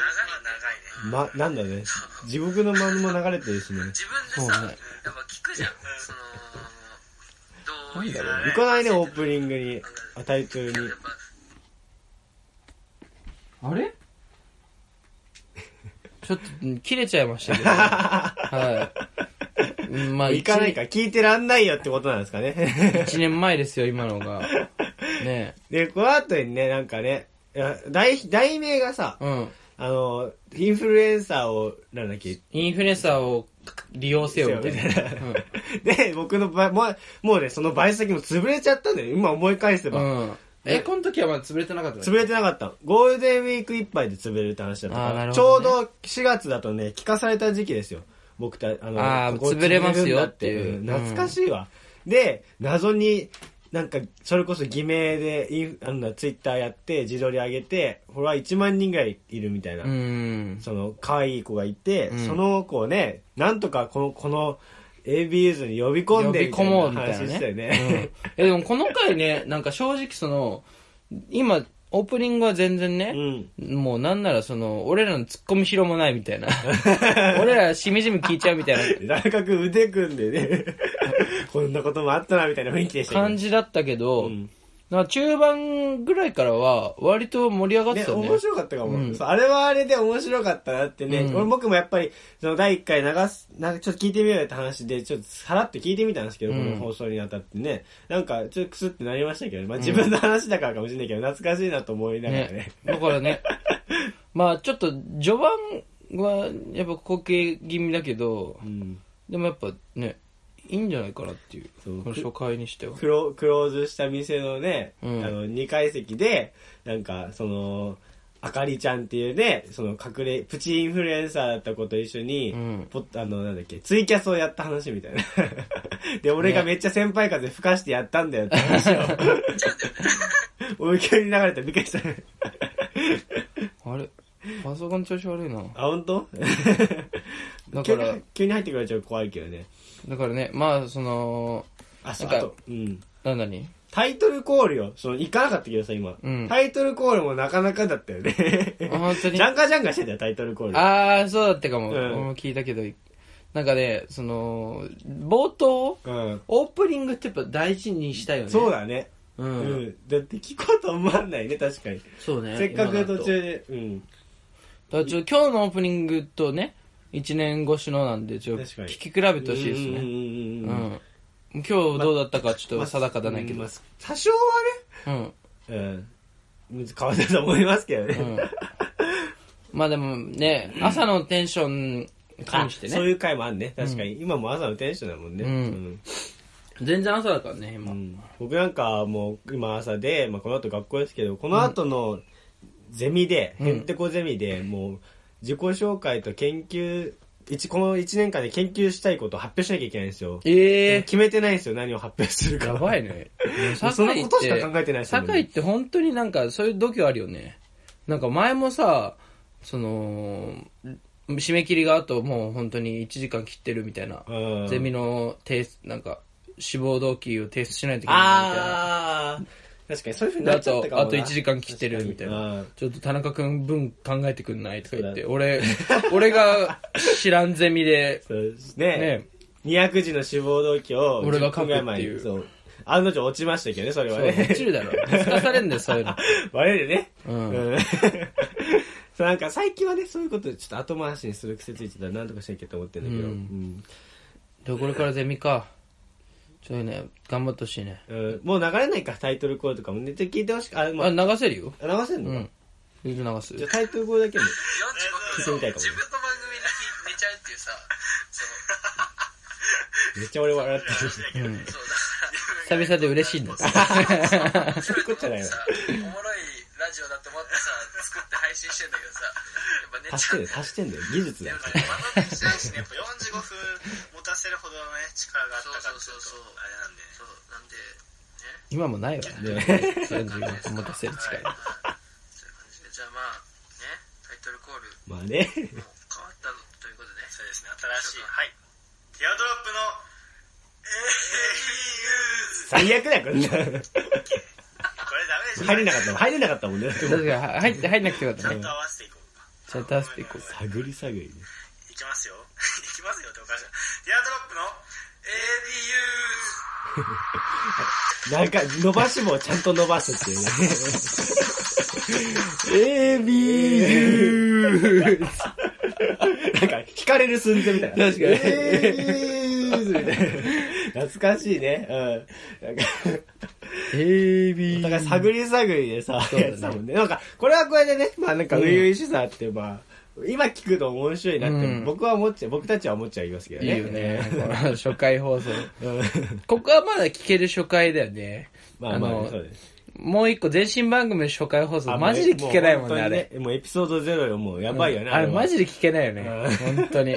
Speaker 3: 長。い長いね。
Speaker 1: ま、なんだね。地獄の間も流れてるしね。
Speaker 3: 自分で
Speaker 2: そう
Speaker 3: さ、
Speaker 2: ね
Speaker 3: やっぱ聞くじゃん。その、どう
Speaker 2: なんだろうね
Speaker 1: 行かないね、オープニングに。あ、タイトルに。
Speaker 3: やっぱ
Speaker 2: あれちょっと、切れちゃいましたけど。はい。 まあ、
Speaker 1: 行かないか、
Speaker 2: 1
Speaker 1: 聞いてらんないよってことなんですかね。
Speaker 2: 年前ですよ、今のが。ね
Speaker 1: で、この後にね、なんかね、いや題題名がさ、
Speaker 2: え。うん。
Speaker 1: あの、インフルエンサーを、なんだっけ、
Speaker 2: インフルエンサーを利用せよ、みたいな。
Speaker 1: で、僕のば、もう、もうね、そのバイト先も潰れちゃったんだよ。今思い返せ
Speaker 2: う
Speaker 1: ば。
Speaker 2: ん。うん。え、この時はまだ潰れてなかったね
Speaker 1: 潰れてなかったの。ゴールデンウィークいっぱいで潰れるって話だったか
Speaker 2: あーな
Speaker 1: ら、
Speaker 2: る
Speaker 1: ち
Speaker 2: ほ
Speaker 1: ょ
Speaker 2: ど
Speaker 1: う
Speaker 2: ね
Speaker 1: ど4月だとね、聞かされた時期ですよ。僕たあ
Speaker 2: あー
Speaker 1: ここ
Speaker 2: 潰れますよっていう
Speaker 1: 潰れるんだ
Speaker 2: うん
Speaker 1: ん懐かしいわ。で、謎に、なんか、それこそ偽名でインフ、あの、ツイッターやって、自撮り上げて、フォロワー1万人ぐらいいるみたいな。
Speaker 2: うん。
Speaker 1: その可愛い子がいて、
Speaker 2: うん
Speaker 1: その子をねなんとかこのこの ABUs に呼び込んで
Speaker 2: 呼び込もうみ
Speaker 1: み
Speaker 2: た
Speaker 1: た
Speaker 2: い
Speaker 1: い
Speaker 2: な
Speaker 1: な話
Speaker 2: ね
Speaker 1: したよ
Speaker 2: うん
Speaker 1: ね、
Speaker 2: えでもこの回ねなんか正直その今オープニングは全然
Speaker 1: う
Speaker 2: ね、
Speaker 1: ん
Speaker 2: もうなんならその俺らのツッコミしろもないみ たいな俺らしみじみ聞いちゃうみたい
Speaker 1: 大学腕組んでね こんなこともあったなみたいな雰囲気で
Speaker 2: な
Speaker 1: したよ
Speaker 2: 感
Speaker 1: ね
Speaker 2: じだったけど、
Speaker 1: うん
Speaker 2: なんか中盤ぐらいからは割と盛り上がって
Speaker 1: ね、
Speaker 2: たね
Speaker 1: 面白かったかも、
Speaker 2: うん
Speaker 1: そうあれはあれで面白かったなってね、
Speaker 2: うん
Speaker 1: 俺僕もやっぱりその第1回流すなんかちょっと聞いてみようよって話でちょっとさらっと聞いてみたんですけど、
Speaker 2: うん
Speaker 1: この放送にあたってねなんかちょっとクスってなりましたけど、まあ、自分の話だからかもしれないけど、懐かしいなと思いながらね
Speaker 2: ね、だか らねまあちょっと序盤はやっぱ後継気味だけど
Speaker 1: うん
Speaker 2: でもやっぱねいいんじゃないかなっていう
Speaker 1: そう
Speaker 2: この初回にしては
Speaker 1: クロクローズした店のね、
Speaker 2: うん
Speaker 1: あの2階席でなんかそのあかりちゃんっていうねその隠れプチインフルエンサーだった子と一緒に、
Speaker 2: うん
Speaker 1: ポッあのなんだっけツイキャスをやった話みたいな で俺がめっちゃ先輩風吹かしてやったんだよって話を 俺急に流れてびっくりした
Speaker 2: あれパソコン調子悪いな。
Speaker 1: あ本当
Speaker 2: だか
Speaker 1: 急
Speaker 2: ら
Speaker 1: に、急に入ってくれちゃう怖いけどね
Speaker 2: だからね、まあ、その、
Speaker 1: あそう
Speaker 2: なん
Speaker 1: あ
Speaker 2: か
Speaker 1: とうん
Speaker 2: なんだに
Speaker 1: タイトルコールよ。その、行かなかったけどさ、今。
Speaker 2: うん
Speaker 1: タイトルコールもなかなかだったよね。
Speaker 2: あ本当に
Speaker 1: ジャンカジャンカしてたよ、タイトルコール。
Speaker 2: ああ、そうだったかも。
Speaker 1: うん
Speaker 2: 俺も聞いたけど、なんかね、その、冒頭、
Speaker 1: うん。
Speaker 2: オープニングってやっぱ大事にしたよね。
Speaker 1: そう。だね。
Speaker 2: う。
Speaker 1: うんん。だって聞こうと思わないね、確かに。
Speaker 2: そうね。
Speaker 1: せっかく
Speaker 2: 今だと
Speaker 1: 途中で。うん。
Speaker 2: だからちょっと今日のオープニングとね、1年越しのなんで、ちょっと
Speaker 1: 確か
Speaker 2: 聞
Speaker 1: に
Speaker 2: き比べてほしいですね。
Speaker 1: ね
Speaker 2: うん。今日どうだったかちょっと定かだないけど。
Speaker 1: 多少は
Speaker 2: うん。
Speaker 1: ね、うん。変わってたと思いますけどね。
Speaker 2: うんまあでもね、朝のテンション加味して
Speaker 1: あそう
Speaker 2: ね。
Speaker 1: いう回もあるね。確かに。今も朝のテンションだもんね。
Speaker 2: うん全然朝だからね、今。
Speaker 1: うん僕なんかもう今朝で、まあ、この後学校ですけどこの後のゼミで、
Speaker 2: うん
Speaker 1: へんてこゼミでもう自己紹介と研究一この1年間で研究したいことを発表しなきゃいけないんですよ
Speaker 2: ええ
Speaker 1: 決めてないんですよ何を発表するか
Speaker 2: やばいね。
Speaker 1: そのことしか考えてないですもんね
Speaker 2: 酒井って本当になんかそういう度胸あるよね。なんか前もさ、その、締め切りがあともう本当に1時間切ってるみたいな。
Speaker 1: うん
Speaker 2: ゼミの提出、なんか、志望動機を提出しないといけないみたいな。
Speaker 1: ああ確かにそういうふうに
Speaker 2: で
Speaker 1: な
Speaker 2: あ
Speaker 1: っちゃっ
Speaker 2: と
Speaker 1: た、かもな
Speaker 2: あと1時間切ってるみたい
Speaker 1: 確かにう。
Speaker 2: なんちょっと田中くん分考えてくんないとか言って、
Speaker 1: そ
Speaker 2: 俺、俺が知らんゼミで、
Speaker 1: そうですね
Speaker 2: ね、
Speaker 1: 200字の志望動機を
Speaker 2: 俺が書
Speaker 1: 10
Speaker 2: く
Speaker 1: 分ぐらい前に
Speaker 2: っていう
Speaker 1: そう案の定落ちましたけ どねそれは
Speaker 2: そう、
Speaker 1: ね
Speaker 2: 落ちるだ ろ。見透かされんだよ、そういうの。
Speaker 1: バレるね。
Speaker 2: うん
Speaker 1: ん そうなんか最近はね、そういうことちょっと後回しにする癖ついてたらなんとかしなきゃと思ってんだけど。
Speaker 2: う
Speaker 1: うん
Speaker 2: でこれからゼミか。ちょいね、頑張ってほしいね。
Speaker 1: うんもう流れないか、タイトルコールとかもね。で聞いてほしく、あ、
Speaker 2: あ、
Speaker 1: まあ、
Speaker 2: 流せるよ。
Speaker 1: 流せん
Speaker 2: う
Speaker 1: のか、
Speaker 2: ん。全然流す
Speaker 1: じゃ。あタイトルコールだけも聞いて
Speaker 3: 45
Speaker 1: みた
Speaker 3: 分
Speaker 1: いかも
Speaker 3: 自分の番組に聞い寝ちゃうっていうさそ
Speaker 1: めっちゃ俺笑ってる。
Speaker 2: うん。
Speaker 3: のそうだから
Speaker 2: 久々で嬉しい んだ。
Speaker 1: そういうことじゃないわ
Speaker 3: さおもろいラジオだと思ってさ作って配信してんだけどさやっぱ寝
Speaker 1: 足し
Speaker 3: ち
Speaker 1: て
Speaker 3: ゃ
Speaker 1: る、
Speaker 3: う
Speaker 1: 足してんだよ。技術だよ。
Speaker 4: まとめしないしね、やっぱ45分持たせるほどのね、力があったかっていうと、
Speaker 3: そうそうそうそう
Speaker 4: あれなんで、
Speaker 3: そうなんで
Speaker 2: 今もないわ。
Speaker 1: ね
Speaker 2: 45分持たせる
Speaker 3: はい
Speaker 2: 力。
Speaker 3: まあそういう感じでじゃあまあねタイトルコール
Speaker 1: まあね。
Speaker 3: もう変わったのということで
Speaker 4: そうですね、新しい。はい。ティアドロップの、え
Speaker 1: 最悪だよ、こんな。
Speaker 4: ー、これダメでしょ
Speaker 1: 入れなかったもん。入れなかったもんね。
Speaker 2: 確かに、は入って、入んなくてよかった
Speaker 4: ちゃ
Speaker 2: ね
Speaker 4: んと。合わせていこうか。
Speaker 2: ちゃんと合わせていこうか。
Speaker 1: 探り探りね。
Speaker 4: いきますよ。いきますよっておかしいな。ティアドロップの
Speaker 1: な
Speaker 4: ABU!
Speaker 1: んか、伸ばし棒ちゃんと伸ばすっていうね。A, B, U! なんか、惹かれる寸前みたいな。
Speaker 2: 確かに
Speaker 1: A, B, U! みたいな。懐かしいね。うん。なんか、
Speaker 2: A,
Speaker 1: お
Speaker 2: B.
Speaker 1: 互い探り探りでさ、
Speaker 2: そうだね
Speaker 1: やってたもんね。なんか、これはこれでね、まあなんか、初々しさあって、まあ、今聞くと面白いなって、
Speaker 2: うん
Speaker 1: 僕は思っちゃう、僕たちは思っちゃいますけど
Speaker 2: いい
Speaker 1: ね。
Speaker 2: よね。この初回放送。
Speaker 1: うん。
Speaker 2: ここはまだ聞ける初回だよね。
Speaker 1: まあま
Speaker 2: あの
Speaker 1: あ、そうです。
Speaker 2: もう一個、全身番組の初回放
Speaker 1: あ
Speaker 2: 送、マジで聞けないもんね、
Speaker 1: う
Speaker 2: あ
Speaker 1: 本当に
Speaker 2: れ。
Speaker 1: もうエピソードゼロよ、もうや
Speaker 2: や
Speaker 1: ばいよね。
Speaker 2: あれマジ
Speaker 1: で。
Speaker 2: で聞けないよね。
Speaker 1: うん
Speaker 2: 本当に。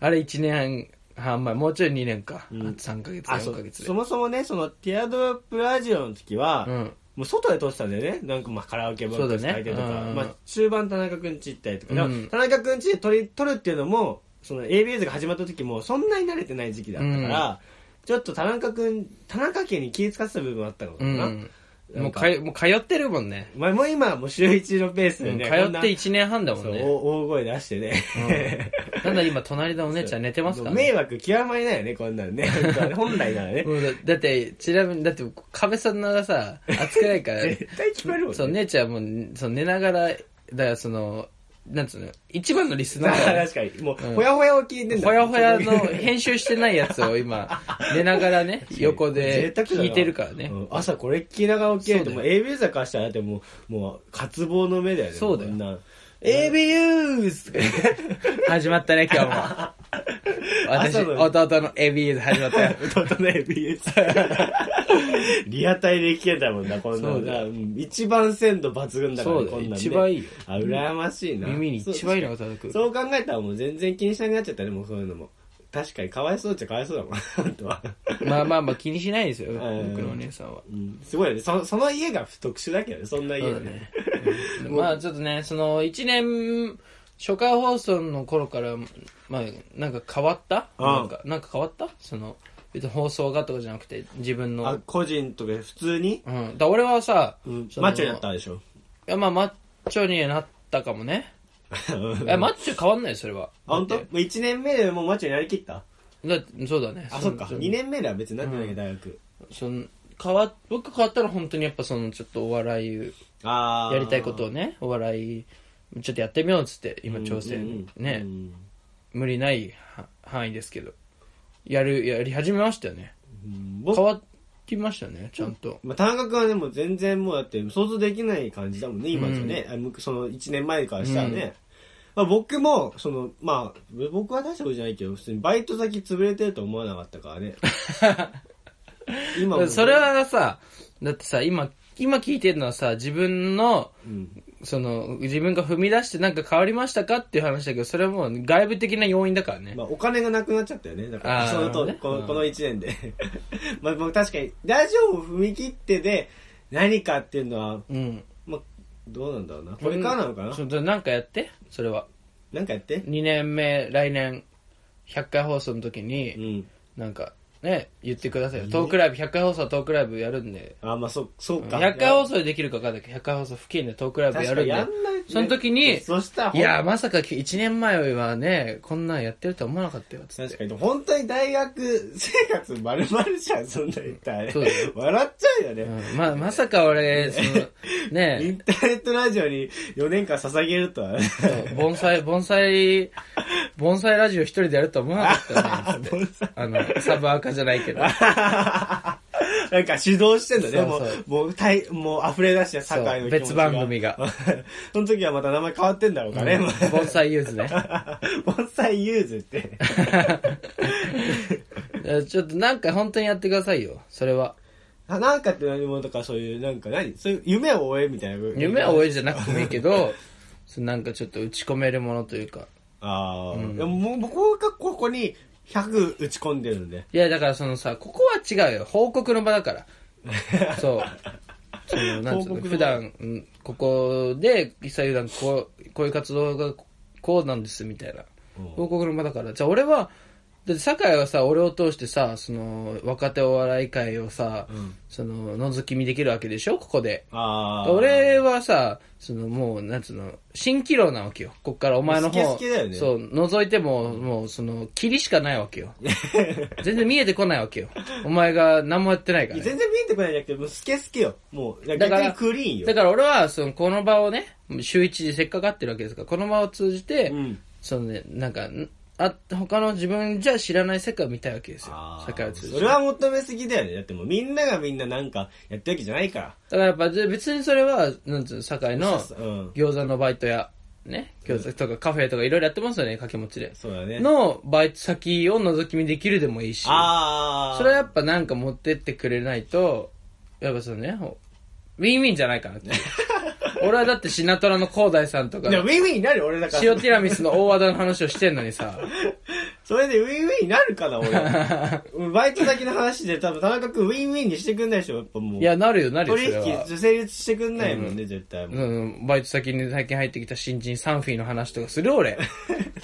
Speaker 2: あれ1年半前、もうちょい2年か。あ
Speaker 1: うん
Speaker 2: と3ヶ月、
Speaker 1: あ、そ
Speaker 2: 4ヶ
Speaker 1: う。
Speaker 2: 月で。
Speaker 1: そもそもね、その、ティアドロップラジオの時は、
Speaker 2: うん。
Speaker 1: もう外で撮ってたんだよね。なんかまあカラオケボックス
Speaker 2: そうだね
Speaker 1: 書いてとか、
Speaker 2: うん
Speaker 1: まあ中盤田中くんち行ったりとか、でも
Speaker 2: うん
Speaker 1: 田中くんちで撮り、撮るっていうのも、その ABS が始まった時もそんなに慣れてない時期だったから、ちょっと田中くん、田中家に気遣ってた部分もあったのか
Speaker 2: う
Speaker 1: な。
Speaker 2: ん。
Speaker 1: なんか
Speaker 2: もうかい、もう通ってるもんね。
Speaker 1: まあもう今はもう週一のペース
Speaker 2: う
Speaker 1: で
Speaker 2: ん通
Speaker 1: ね、
Speaker 2: っ
Speaker 1: こんな
Speaker 2: て1年半だもん
Speaker 1: そう
Speaker 2: ね。
Speaker 1: 大大声出してね。
Speaker 2: うんなんだ今、隣のお姉ちゃん寝てます
Speaker 1: も
Speaker 2: か
Speaker 1: う迷惑極まりないよね、こんなんね。 本来ならね。
Speaker 2: もうだだって、ちなみに、だって、壁さんのがさ、熱くないから、
Speaker 1: 絶対 聞こえるもんね。
Speaker 2: そう、姉ちゃんもう、その寝ながら、だからその、なんつうの、一番のリ スナーだよね
Speaker 1: 確かに。もう、
Speaker 2: うん
Speaker 1: ほやほやを聞いてんだ
Speaker 2: ほやほやの編集してないやつを今、寝ながらね、横で聞いてるからね
Speaker 1: う。ん朝これ聞きながら起きると、
Speaker 2: そう
Speaker 1: もう
Speaker 2: だ
Speaker 1: ABS だからしたら、でもう、もう、渇望の目だよね。
Speaker 2: そうだよ
Speaker 1: こんな ABS!
Speaker 2: 始 まったね、今日も。私、
Speaker 1: 朝の
Speaker 2: 弟の ABS 始まっ たよ。
Speaker 1: 弟の ABS。リ アタイで聞けたもんな、こんな
Speaker 2: そ
Speaker 1: の
Speaker 2: うだ
Speaker 1: な。うん一番鮮度抜群だから、
Speaker 2: そうだよ
Speaker 1: こんなんね
Speaker 2: 一番いいよ
Speaker 1: あ、羨ましいな。
Speaker 2: 耳に一番いいのが届く。
Speaker 1: そう考えたらもう全然気にしなくなっちゃったね、もうそういうのも。確かにかわいそうっちゃかわいそうだもん、本当は。
Speaker 2: まあまあまあ気にしないですよ、僕
Speaker 1: ん
Speaker 2: のお姉さんは。
Speaker 1: うん、すごいよねそ。その家が特殊だけどね、そんな
Speaker 2: そ
Speaker 1: 家
Speaker 2: う
Speaker 1: は
Speaker 2: だ
Speaker 1: ね。
Speaker 2: ね。うん まあちょっとね、その1年、初回放送の頃から、まあなんか変わった
Speaker 1: うん
Speaker 2: なんか、なんか変わったその、別に放送がとかじゃなくて、自分の。
Speaker 1: あ、個人とか普通に、
Speaker 2: うん。だから俺はさ、
Speaker 1: うん、
Speaker 2: その
Speaker 1: マッチョになったでし ょ。
Speaker 2: いや、まあ、マッチョになったかもね。え、マッチョ変わんないよ、それは。
Speaker 1: あ、本当？
Speaker 2: だっ
Speaker 1: もう1年目でもうマッチョになりきった
Speaker 2: てだってそうだね。
Speaker 1: あ、そっか。
Speaker 2: の
Speaker 1: 2年目では別になってないけど、大学。
Speaker 2: その、変わ、僕変わったら本当にやっぱその、ちょっとお笑い、
Speaker 1: あー
Speaker 2: やりたいことをね、お笑い、ちょっとやってみようっつって、今挑
Speaker 1: う
Speaker 2: 戦
Speaker 1: ん、
Speaker 2: ね
Speaker 1: う、ん
Speaker 2: 無理ないは範囲ですけど、やる、やり始めましたよね。
Speaker 1: うん
Speaker 2: 変
Speaker 1: 僕、
Speaker 2: わってましたね、ちゃんと。
Speaker 1: まあ、田中君はね、もう全然もうだって想像できない感じだもんね、今じゃね。あむその1年前からしたらね。まあ、僕も、その、まあ、僕は大したことじゃないけど、普通にバイト先潰れてると思わなかったから ね。今も。
Speaker 2: それ、はさ、だってさ、今、今聞いてるのはさ、自分の、
Speaker 1: うん。
Speaker 2: その、自分が踏み出してなんか変わりましたかっていう話だけど、それはもう外部的な要因だからね。
Speaker 1: まあ、お金がなくなっちゃったよね。だか
Speaker 2: あー
Speaker 1: ら、そのと、
Speaker 2: なるほ
Speaker 1: こ
Speaker 2: ど
Speaker 1: の
Speaker 2: ねうん
Speaker 1: この1年で。 まあ、僕確かに、ラジオを踏み切ってで、何かっていうのは、
Speaker 2: うん。
Speaker 1: まあ、どうなんだろうな。これからなのかな、
Speaker 2: そうだなんかやって、それは。
Speaker 1: なんかやって
Speaker 2: 2年目、来年、100回放送の時
Speaker 1: う
Speaker 2: に、
Speaker 1: ん。
Speaker 2: なんか、ね、言ってくださいよ。トークライブ、100回放送トークライブやるんで。
Speaker 1: あ、まあ、そ、そうか。
Speaker 2: 100回放送でできるか分かんないけど、100回放送付近でトークライブや
Speaker 1: 確
Speaker 2: る
Speaker 1: かに
Speaker 2: んで
Speaker 1: や。んない、ね、
Speaker 2: その時に
Speaker 1: そしたらほ
Speaker 2: い
Speaker 1: ん
Speaker 2: や、まさか1年前はね、こんなんやってるとは思わなかったよ、つっ
Speaker 1: 確
Speaker 2: て。
Speaker 1: かに、本当に大学生活丸々じゃん、そんな言ったらね
Speaker 2: そうだよ。
Speaker 1: 笑っちゃうよね。
Speaker 2: うん、まあ、まさか俺、その、 ね、
Speaker 1: インターネットラジオに4年間捧げるとはね。
Speaker 2: そう盆栽、盆栽、盆栽ラジオ一人でやるとは思わなかっ たね。
Speaker 1: 盆栽
Speaker 2: あの、サブアカじゃないけ ど。
Speaker 1: なんか指導してんだね。
Speaker 2: そうそう
Speaker 1: もう、もう、たいもう溢れ出して、
Speaker 2: そう
Speaker 1: 堺の気持ちが
Speaker 2: 別番組が。
Speaker 1: その時はまた名前変わってんだろうかね。もう
Speaker 2: 盆栽ユーズね。
Speaker 1: 盆栽ユーズって。
Speaker 2: ちょっとなんか本当にやってくださいよ。それは。
Speaker 1: あなんかって何もとかそういう、なんか何そういう夢を追えみたいな。
Speaker 2: 夢は終え
Speaker 1: え。
Speaker 2: じゃなくてもいいけど、そのなんかちょっと打ち込めるものというか。
Speaker 1: ああ、
Speaker 2: うん
Speaker 1: でももう僕がここに100打ち込んでるんで。
Speaker 2: いや、だからそのさ、ここは違うよ。報告の場 だから。そう。その、なんつう
Speaker 1: 報告の
Speaker 2: の、
Speaker 1: 場
Speaker 2: 普段、うんここで、一切普段こう、こういう活動がこうなんですみたいな。
Speaker 1: うん
Speaker 2: 報告の場だから。じゃあ俺は、だって酒井はさ、俺を通してさ、その、若手お笑い界をさ、
Speaker 1: うん
Speaker 2: その、覗き見できるわけでしょここで。
Speaker 1: ああ。
Speaker 2: 俺はさ、そのもう、なんつうの、新規郎なわけよ。こっからお前の
Speaker 1: もう
Speaker 2: 方。
Speaker 1: 好き好きだよね
Speaker 2: そう、覗いても、もう、その、霧しかないわけ よ。全然見えてこないわけよ。お前が何もやってないから、
Speaker 1: 全
Speaker 2: ね。
Speaker 1: 然見えてこないじゃなくて、もうスケスケよ。もう、だ
Speaker 2: だ
Speaker 1: か
Speaker 2: から
Speaker 1: らクリーンよ。
Speaker 2: だから俺は、その、この場をね、週一でせっかく会ってるわけですから、この場を通じて、
Speaker 1: うん。
Speaker 2: そのね、なんか、んあ、他の自分じゃ知らない世界を見たいわけですよ
Speaker 1: あ。ー
Speaker 2: 世界を通じ
Speaker 1: そ
Speaker 2: て。
Speaker 1: れは求めすぎだよね。だってもうみんながみんななんかやってるわけじゃないから。
Speaker 2: だからやっぱで別にそれは、なんつうの、堺
Speaker 1: う
Speaker 2: の
Speaker 1: ん
Speaker 2: 餃子のバイトや、ね、餃子とかカフェとかいろいろやってますよね、掛け持ちで。
Speaker 1: そうだね。
Speaker 2: のバイト先を覗き見できるでもいいし、そ
Speaker 1: ああ。
Speaker 2: れはやっぱなんか持ってってくれないと、やっぱそのね、ほウィンウィンじゃないかな って。俺はだってシナトラの広大さんとか
Speaker 1: で、もウィンウィンになる俺だから。
Speaker 2: 塩ティラミスの大和田の話をしてんの にさ、
Speaker 1: それでウィンウィンになるかな、 俺。バイト先の話で多分田中君ウィンウィンにしてくんないでしょ、やっぱもう。
Speaker 2: いや、なるよ、なるよ、そ
Speaker 1: 取
Speaker 2: れは。
Speaker 1: 引成立してくんないもんね、絶対。もう
Speaker 2: うん、バイト先に最近入ってきた新人サンフィーの話とかする 俺。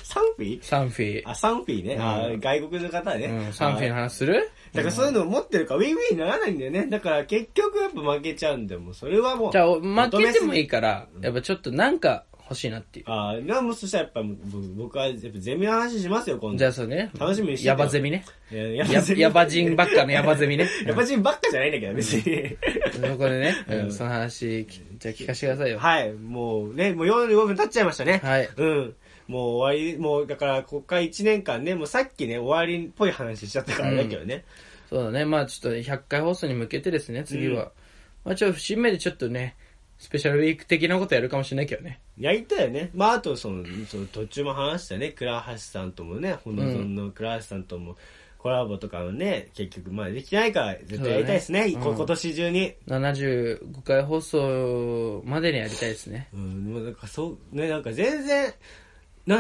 Speaker 1: サンフィー
Speaker 2: サンフィー。
Speaker 1: あ、サンフィーね。あー外国の方ね。
Speaker 2: うん、サンフィーの
Speaker 1: はい
Speaker 2: 話する
Speaker 1: だからそういうのを持ってるから、ウィンウィンにならないんだよね。だから結局やっぱ負けちゃうんだよ。もうそれはもう。
Speaker 2: じゃあ、負けてもいい
Speaker 1: か。
Speaker 2: から、やっぱちょっとなんか欲しいなっていう。
Speaker 1: あーなもうそしたらやっぱ僕僕はやっぱゼミの話しますよ、今度。
Speaker 2: じゃあそうね。
Speaker 1: 楽しみにしてて
Speaker 2: ヤバゼミね。
Speaker 1: いや
Speaker 2: ヤ
Speaker 1: ゼミ
Speaker 2: ヤバ人ばっかのヤバゼミね。
Speaker 1: ヤバ人ばっかじゃないんだけど、別に。
Speaker 2: そこでね、うんその話、きじゃあ聞かせてくださいよ。
Speaker 1: はい、もうね、もう45分経っちゃいましたね。
Speaker 2: はい
Speaker 1: うん。もう終わり、もうだから、こっから1年間ね、もうさっきね、終わりっぽい話しちゃったからだけどね。
Speaker 2: そうだね。まあちょっと100回放送に向けてですね、次は。まあちょっと節目でちょっとね、スペシャルウィーク的なことやるかもしれないけどね。
Speaker 1: やりたいよね。まあ、あとその、その途中も話したね、倉橋さんともね、ほのぞんの倉橋さんとも、コラボとかもね、結局、まあできてないから、絶対やりたいですね。
Speaker 2: そうだね
Speaker 1: こ
Speaker 2: うん
Speaker 1: 今年中に。
Speaker 2: 75回放送までにやりたいですね。
Speaker 1: うん、もうなんかそう、ね、なんか全然、な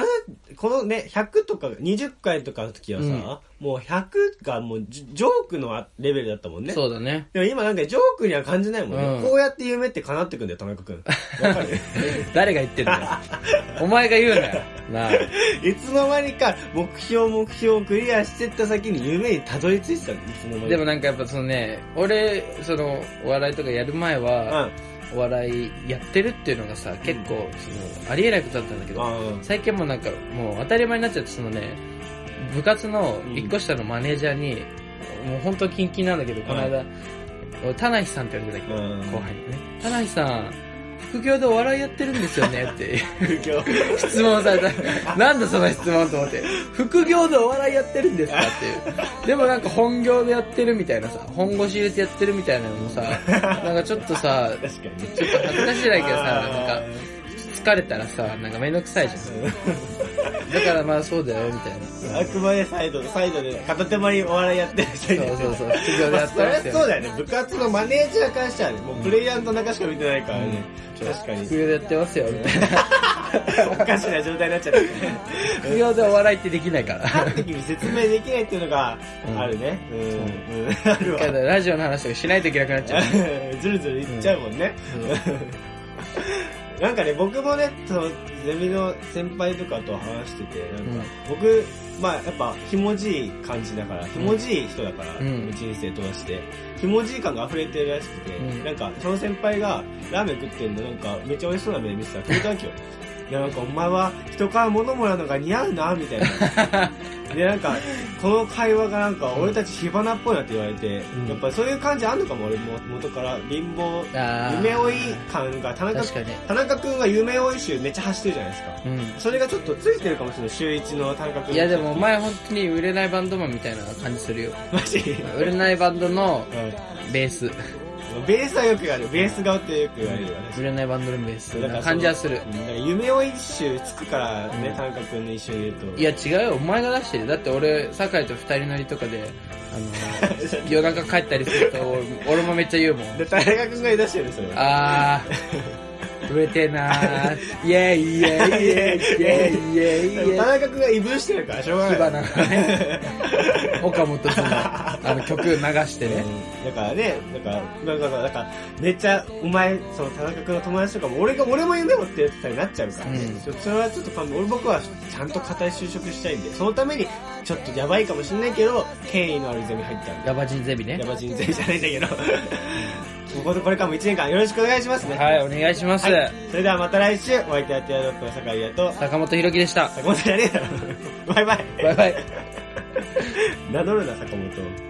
Speaker 1: このね、100とか20回とかの時はさ、もう100がもうジョジョークのレベルだったもんね。
Speaker 2: そうだね。
Speaker 1: でも今なんかジョークには感じないもんね。
Speaker 2: うん
Speaker 1: こうやって夢って叶ってくんだよ、田中くん。わかる
Speaker 2: 誰が言って んだよ。お前が言うなよ。なあ。
Speaker 1: いつの間にか目標目標をクリアしてった先に夢にたどり着いてたのいつの間にか。
Speaker 2: でもなんかやっぱそのね、俺、その、お笑いとかやる前は、お笑いやってるっていうのがさ、結構、その、ありえないことだったんだけ
Speaker 1: うん。
Speaker 2: ど、
Speaker 1: あー
Speaker 2: 最近もうなんか、もう当たり前になっちゃって、そのね、部活の一個下のマネージャーに、もう本当キンキンなんだけど、この間、俺、田無さんって呼んでたけど、
Speaker 1: うん
Speaker 2: 後輩にね。田無さん、副業でお笑いやってるんですよねって。
Speaker 1: 副業。
Speaker 2: 質問された。なんだその質問と思って。副業でお笑いやってるんですかっていう。でもなんか本業でやってるみたいなさ、本腰入れてやってるみたいなのもさ、なんかちょっとさ、
Speaker 1: 確かにね。
Speaker 2: ちょっと恥ずかしいないけどさ、なん
Speaker 1: あ
Speaker 2: か
Speaker 1: ー
Speaker 2: 疲れたらさ、なんかめんどくさいじゃん。だからまあそうだよ、みたいな。
Speaker 1: あくまでサイド、サイドで片手間にお笑いやってる人いる
Speaker 2: そうそうそう、副業で
Speaker 1: ま
Speaker 2: や
Speaker 1: あ、
Speaker 2: っ
Speaker 1: そ
Speaker 2: て
Speaker 1: り
Speaker 2: る
Speaker 1: ゃ
Speaker 2: んです
Speaker 1: そう
Speaker 2: よ。
Speaker 1: だよね。部活のマネージャーからしたらね、もうプレイヤーの中しか見てないからね。確か
Speaker 2: 副
Speaker 1: に。
Speaker 2: 業でやってますよ、みたいな。
Speaker 1: おかしな状態になっちゃっ てる。
Speaker 2: 副業でお笑いってできないから。
Speaker 1: 端的に説明できないっていうのがあるね。うん。うん。ある
Speaker 2: だ
Speaker 1: わ
Speaker 2: か。らラジオの話とかしないといけなくなっちゃ う。
Speaker 1: ずるずるいっちゃうもんね。 なんかね、僕もね、その、ゼミの先輩とかと話してて、なんか、
Speaker 2: うん
Speaker 1: 僕、まあやっぱ、ひもじい感じだから、ひもじい人だから、
Speaker 2: うん
Speaker 1: 人生通して、ひもじい感が溢れてるらしくて、
Speaker 2: うん
Speaker 1: なんか、その先輩が、ラーメン食ってんの、なんか、めっちゃ美味しそうな目で見てたら、聞いたわけよ。いや、なんか、お前は、人から物もらうのが似合うな、みたいな。で、なんか、この会話がなんか、俺たち火花っぽいなって言われて、
Speaker 2: ん
Speaker 1: やっぱそういう感じあんのかも、俺も、元から、貧乏、
Speaker 2: あー
Speaker 1: 夢追い感が、田中
Speaker 2: 確かに。
Speaker 1: 田中くんは夢追い集めっちゃ走ってるじゃないですか。
Speaker 2: うん。
Speaker 1: それがちょっとついてるかもしれない、週一の田中くん。
Speaker 2: いやでもお、前本当に売れないバンドマンみたいな感じするよ。
Speaker 1: マジ
Speaker 2: 売れないバンドの
Speaker 1: う
Speaker 2: ベース。
Speaker 1: ん。ベースはよく言われる。ベース顔ってよく言われるよね。
Speaker 2: 売れないバンドのベー
Speaker 1: だ
Speaker 2: ス。
Speaker 1: から
Speaker 2: な感じはする
Speaker 1: う。んだから夢追い集つくからね、田中くんの一緒にいると。
Speaker 2: いや違うよ、お前が出してる。だって俺、酒井と二人乗りとかで、あの、夜中 帰ったりすると、俺俺もめっちゃ言うもん。
Speaker 1: で、田中くんが言い出してる、それ。
Speaker 2: あ売れてない。イェイイェイイェイイェイイェイイ
Speaker 1: 田
Speaker 2: ェイ。
Speaker 1: 中君が異分してるからしょうが
Speaker 2: 火
Speaker 1: ない
Speaker 2: 花がね、岡本さんのあの曲流してね。
Speaker 1: だからね、だから、なんかさ、だから、めっちゃ、お前、その田中君の友達とかも、俺が、俺も夢持ってるって言ったらなっちゃうからね、
Speaker 2: うん
Speaker 1: ちょそれはちょっと勘弁、俺僕はちゃんと固い就職したいんで、そのために、ちょっとやばいかもしんないけど、権威のあるゼミ入ったんだ。
Speaker 2: ヤバジンゼビ
Speaker 1: や
Speaker 2: ね。
Speaker 1: ば人材じゃないんだけど、 こここれからも1年間よろしくお願いしますね。
Speaker 2: はい、お願いします。
Speaker 1: はいそれではまた来週、お相手はティアドロップの酒井優と、
Speaker 2: 坂本ひろきでし た。
Speaker 1: 坂本じゃねえだろ。バイバイ。
Speaker 2: バイバイ。
Speaker 1: 名乗るな、坂本。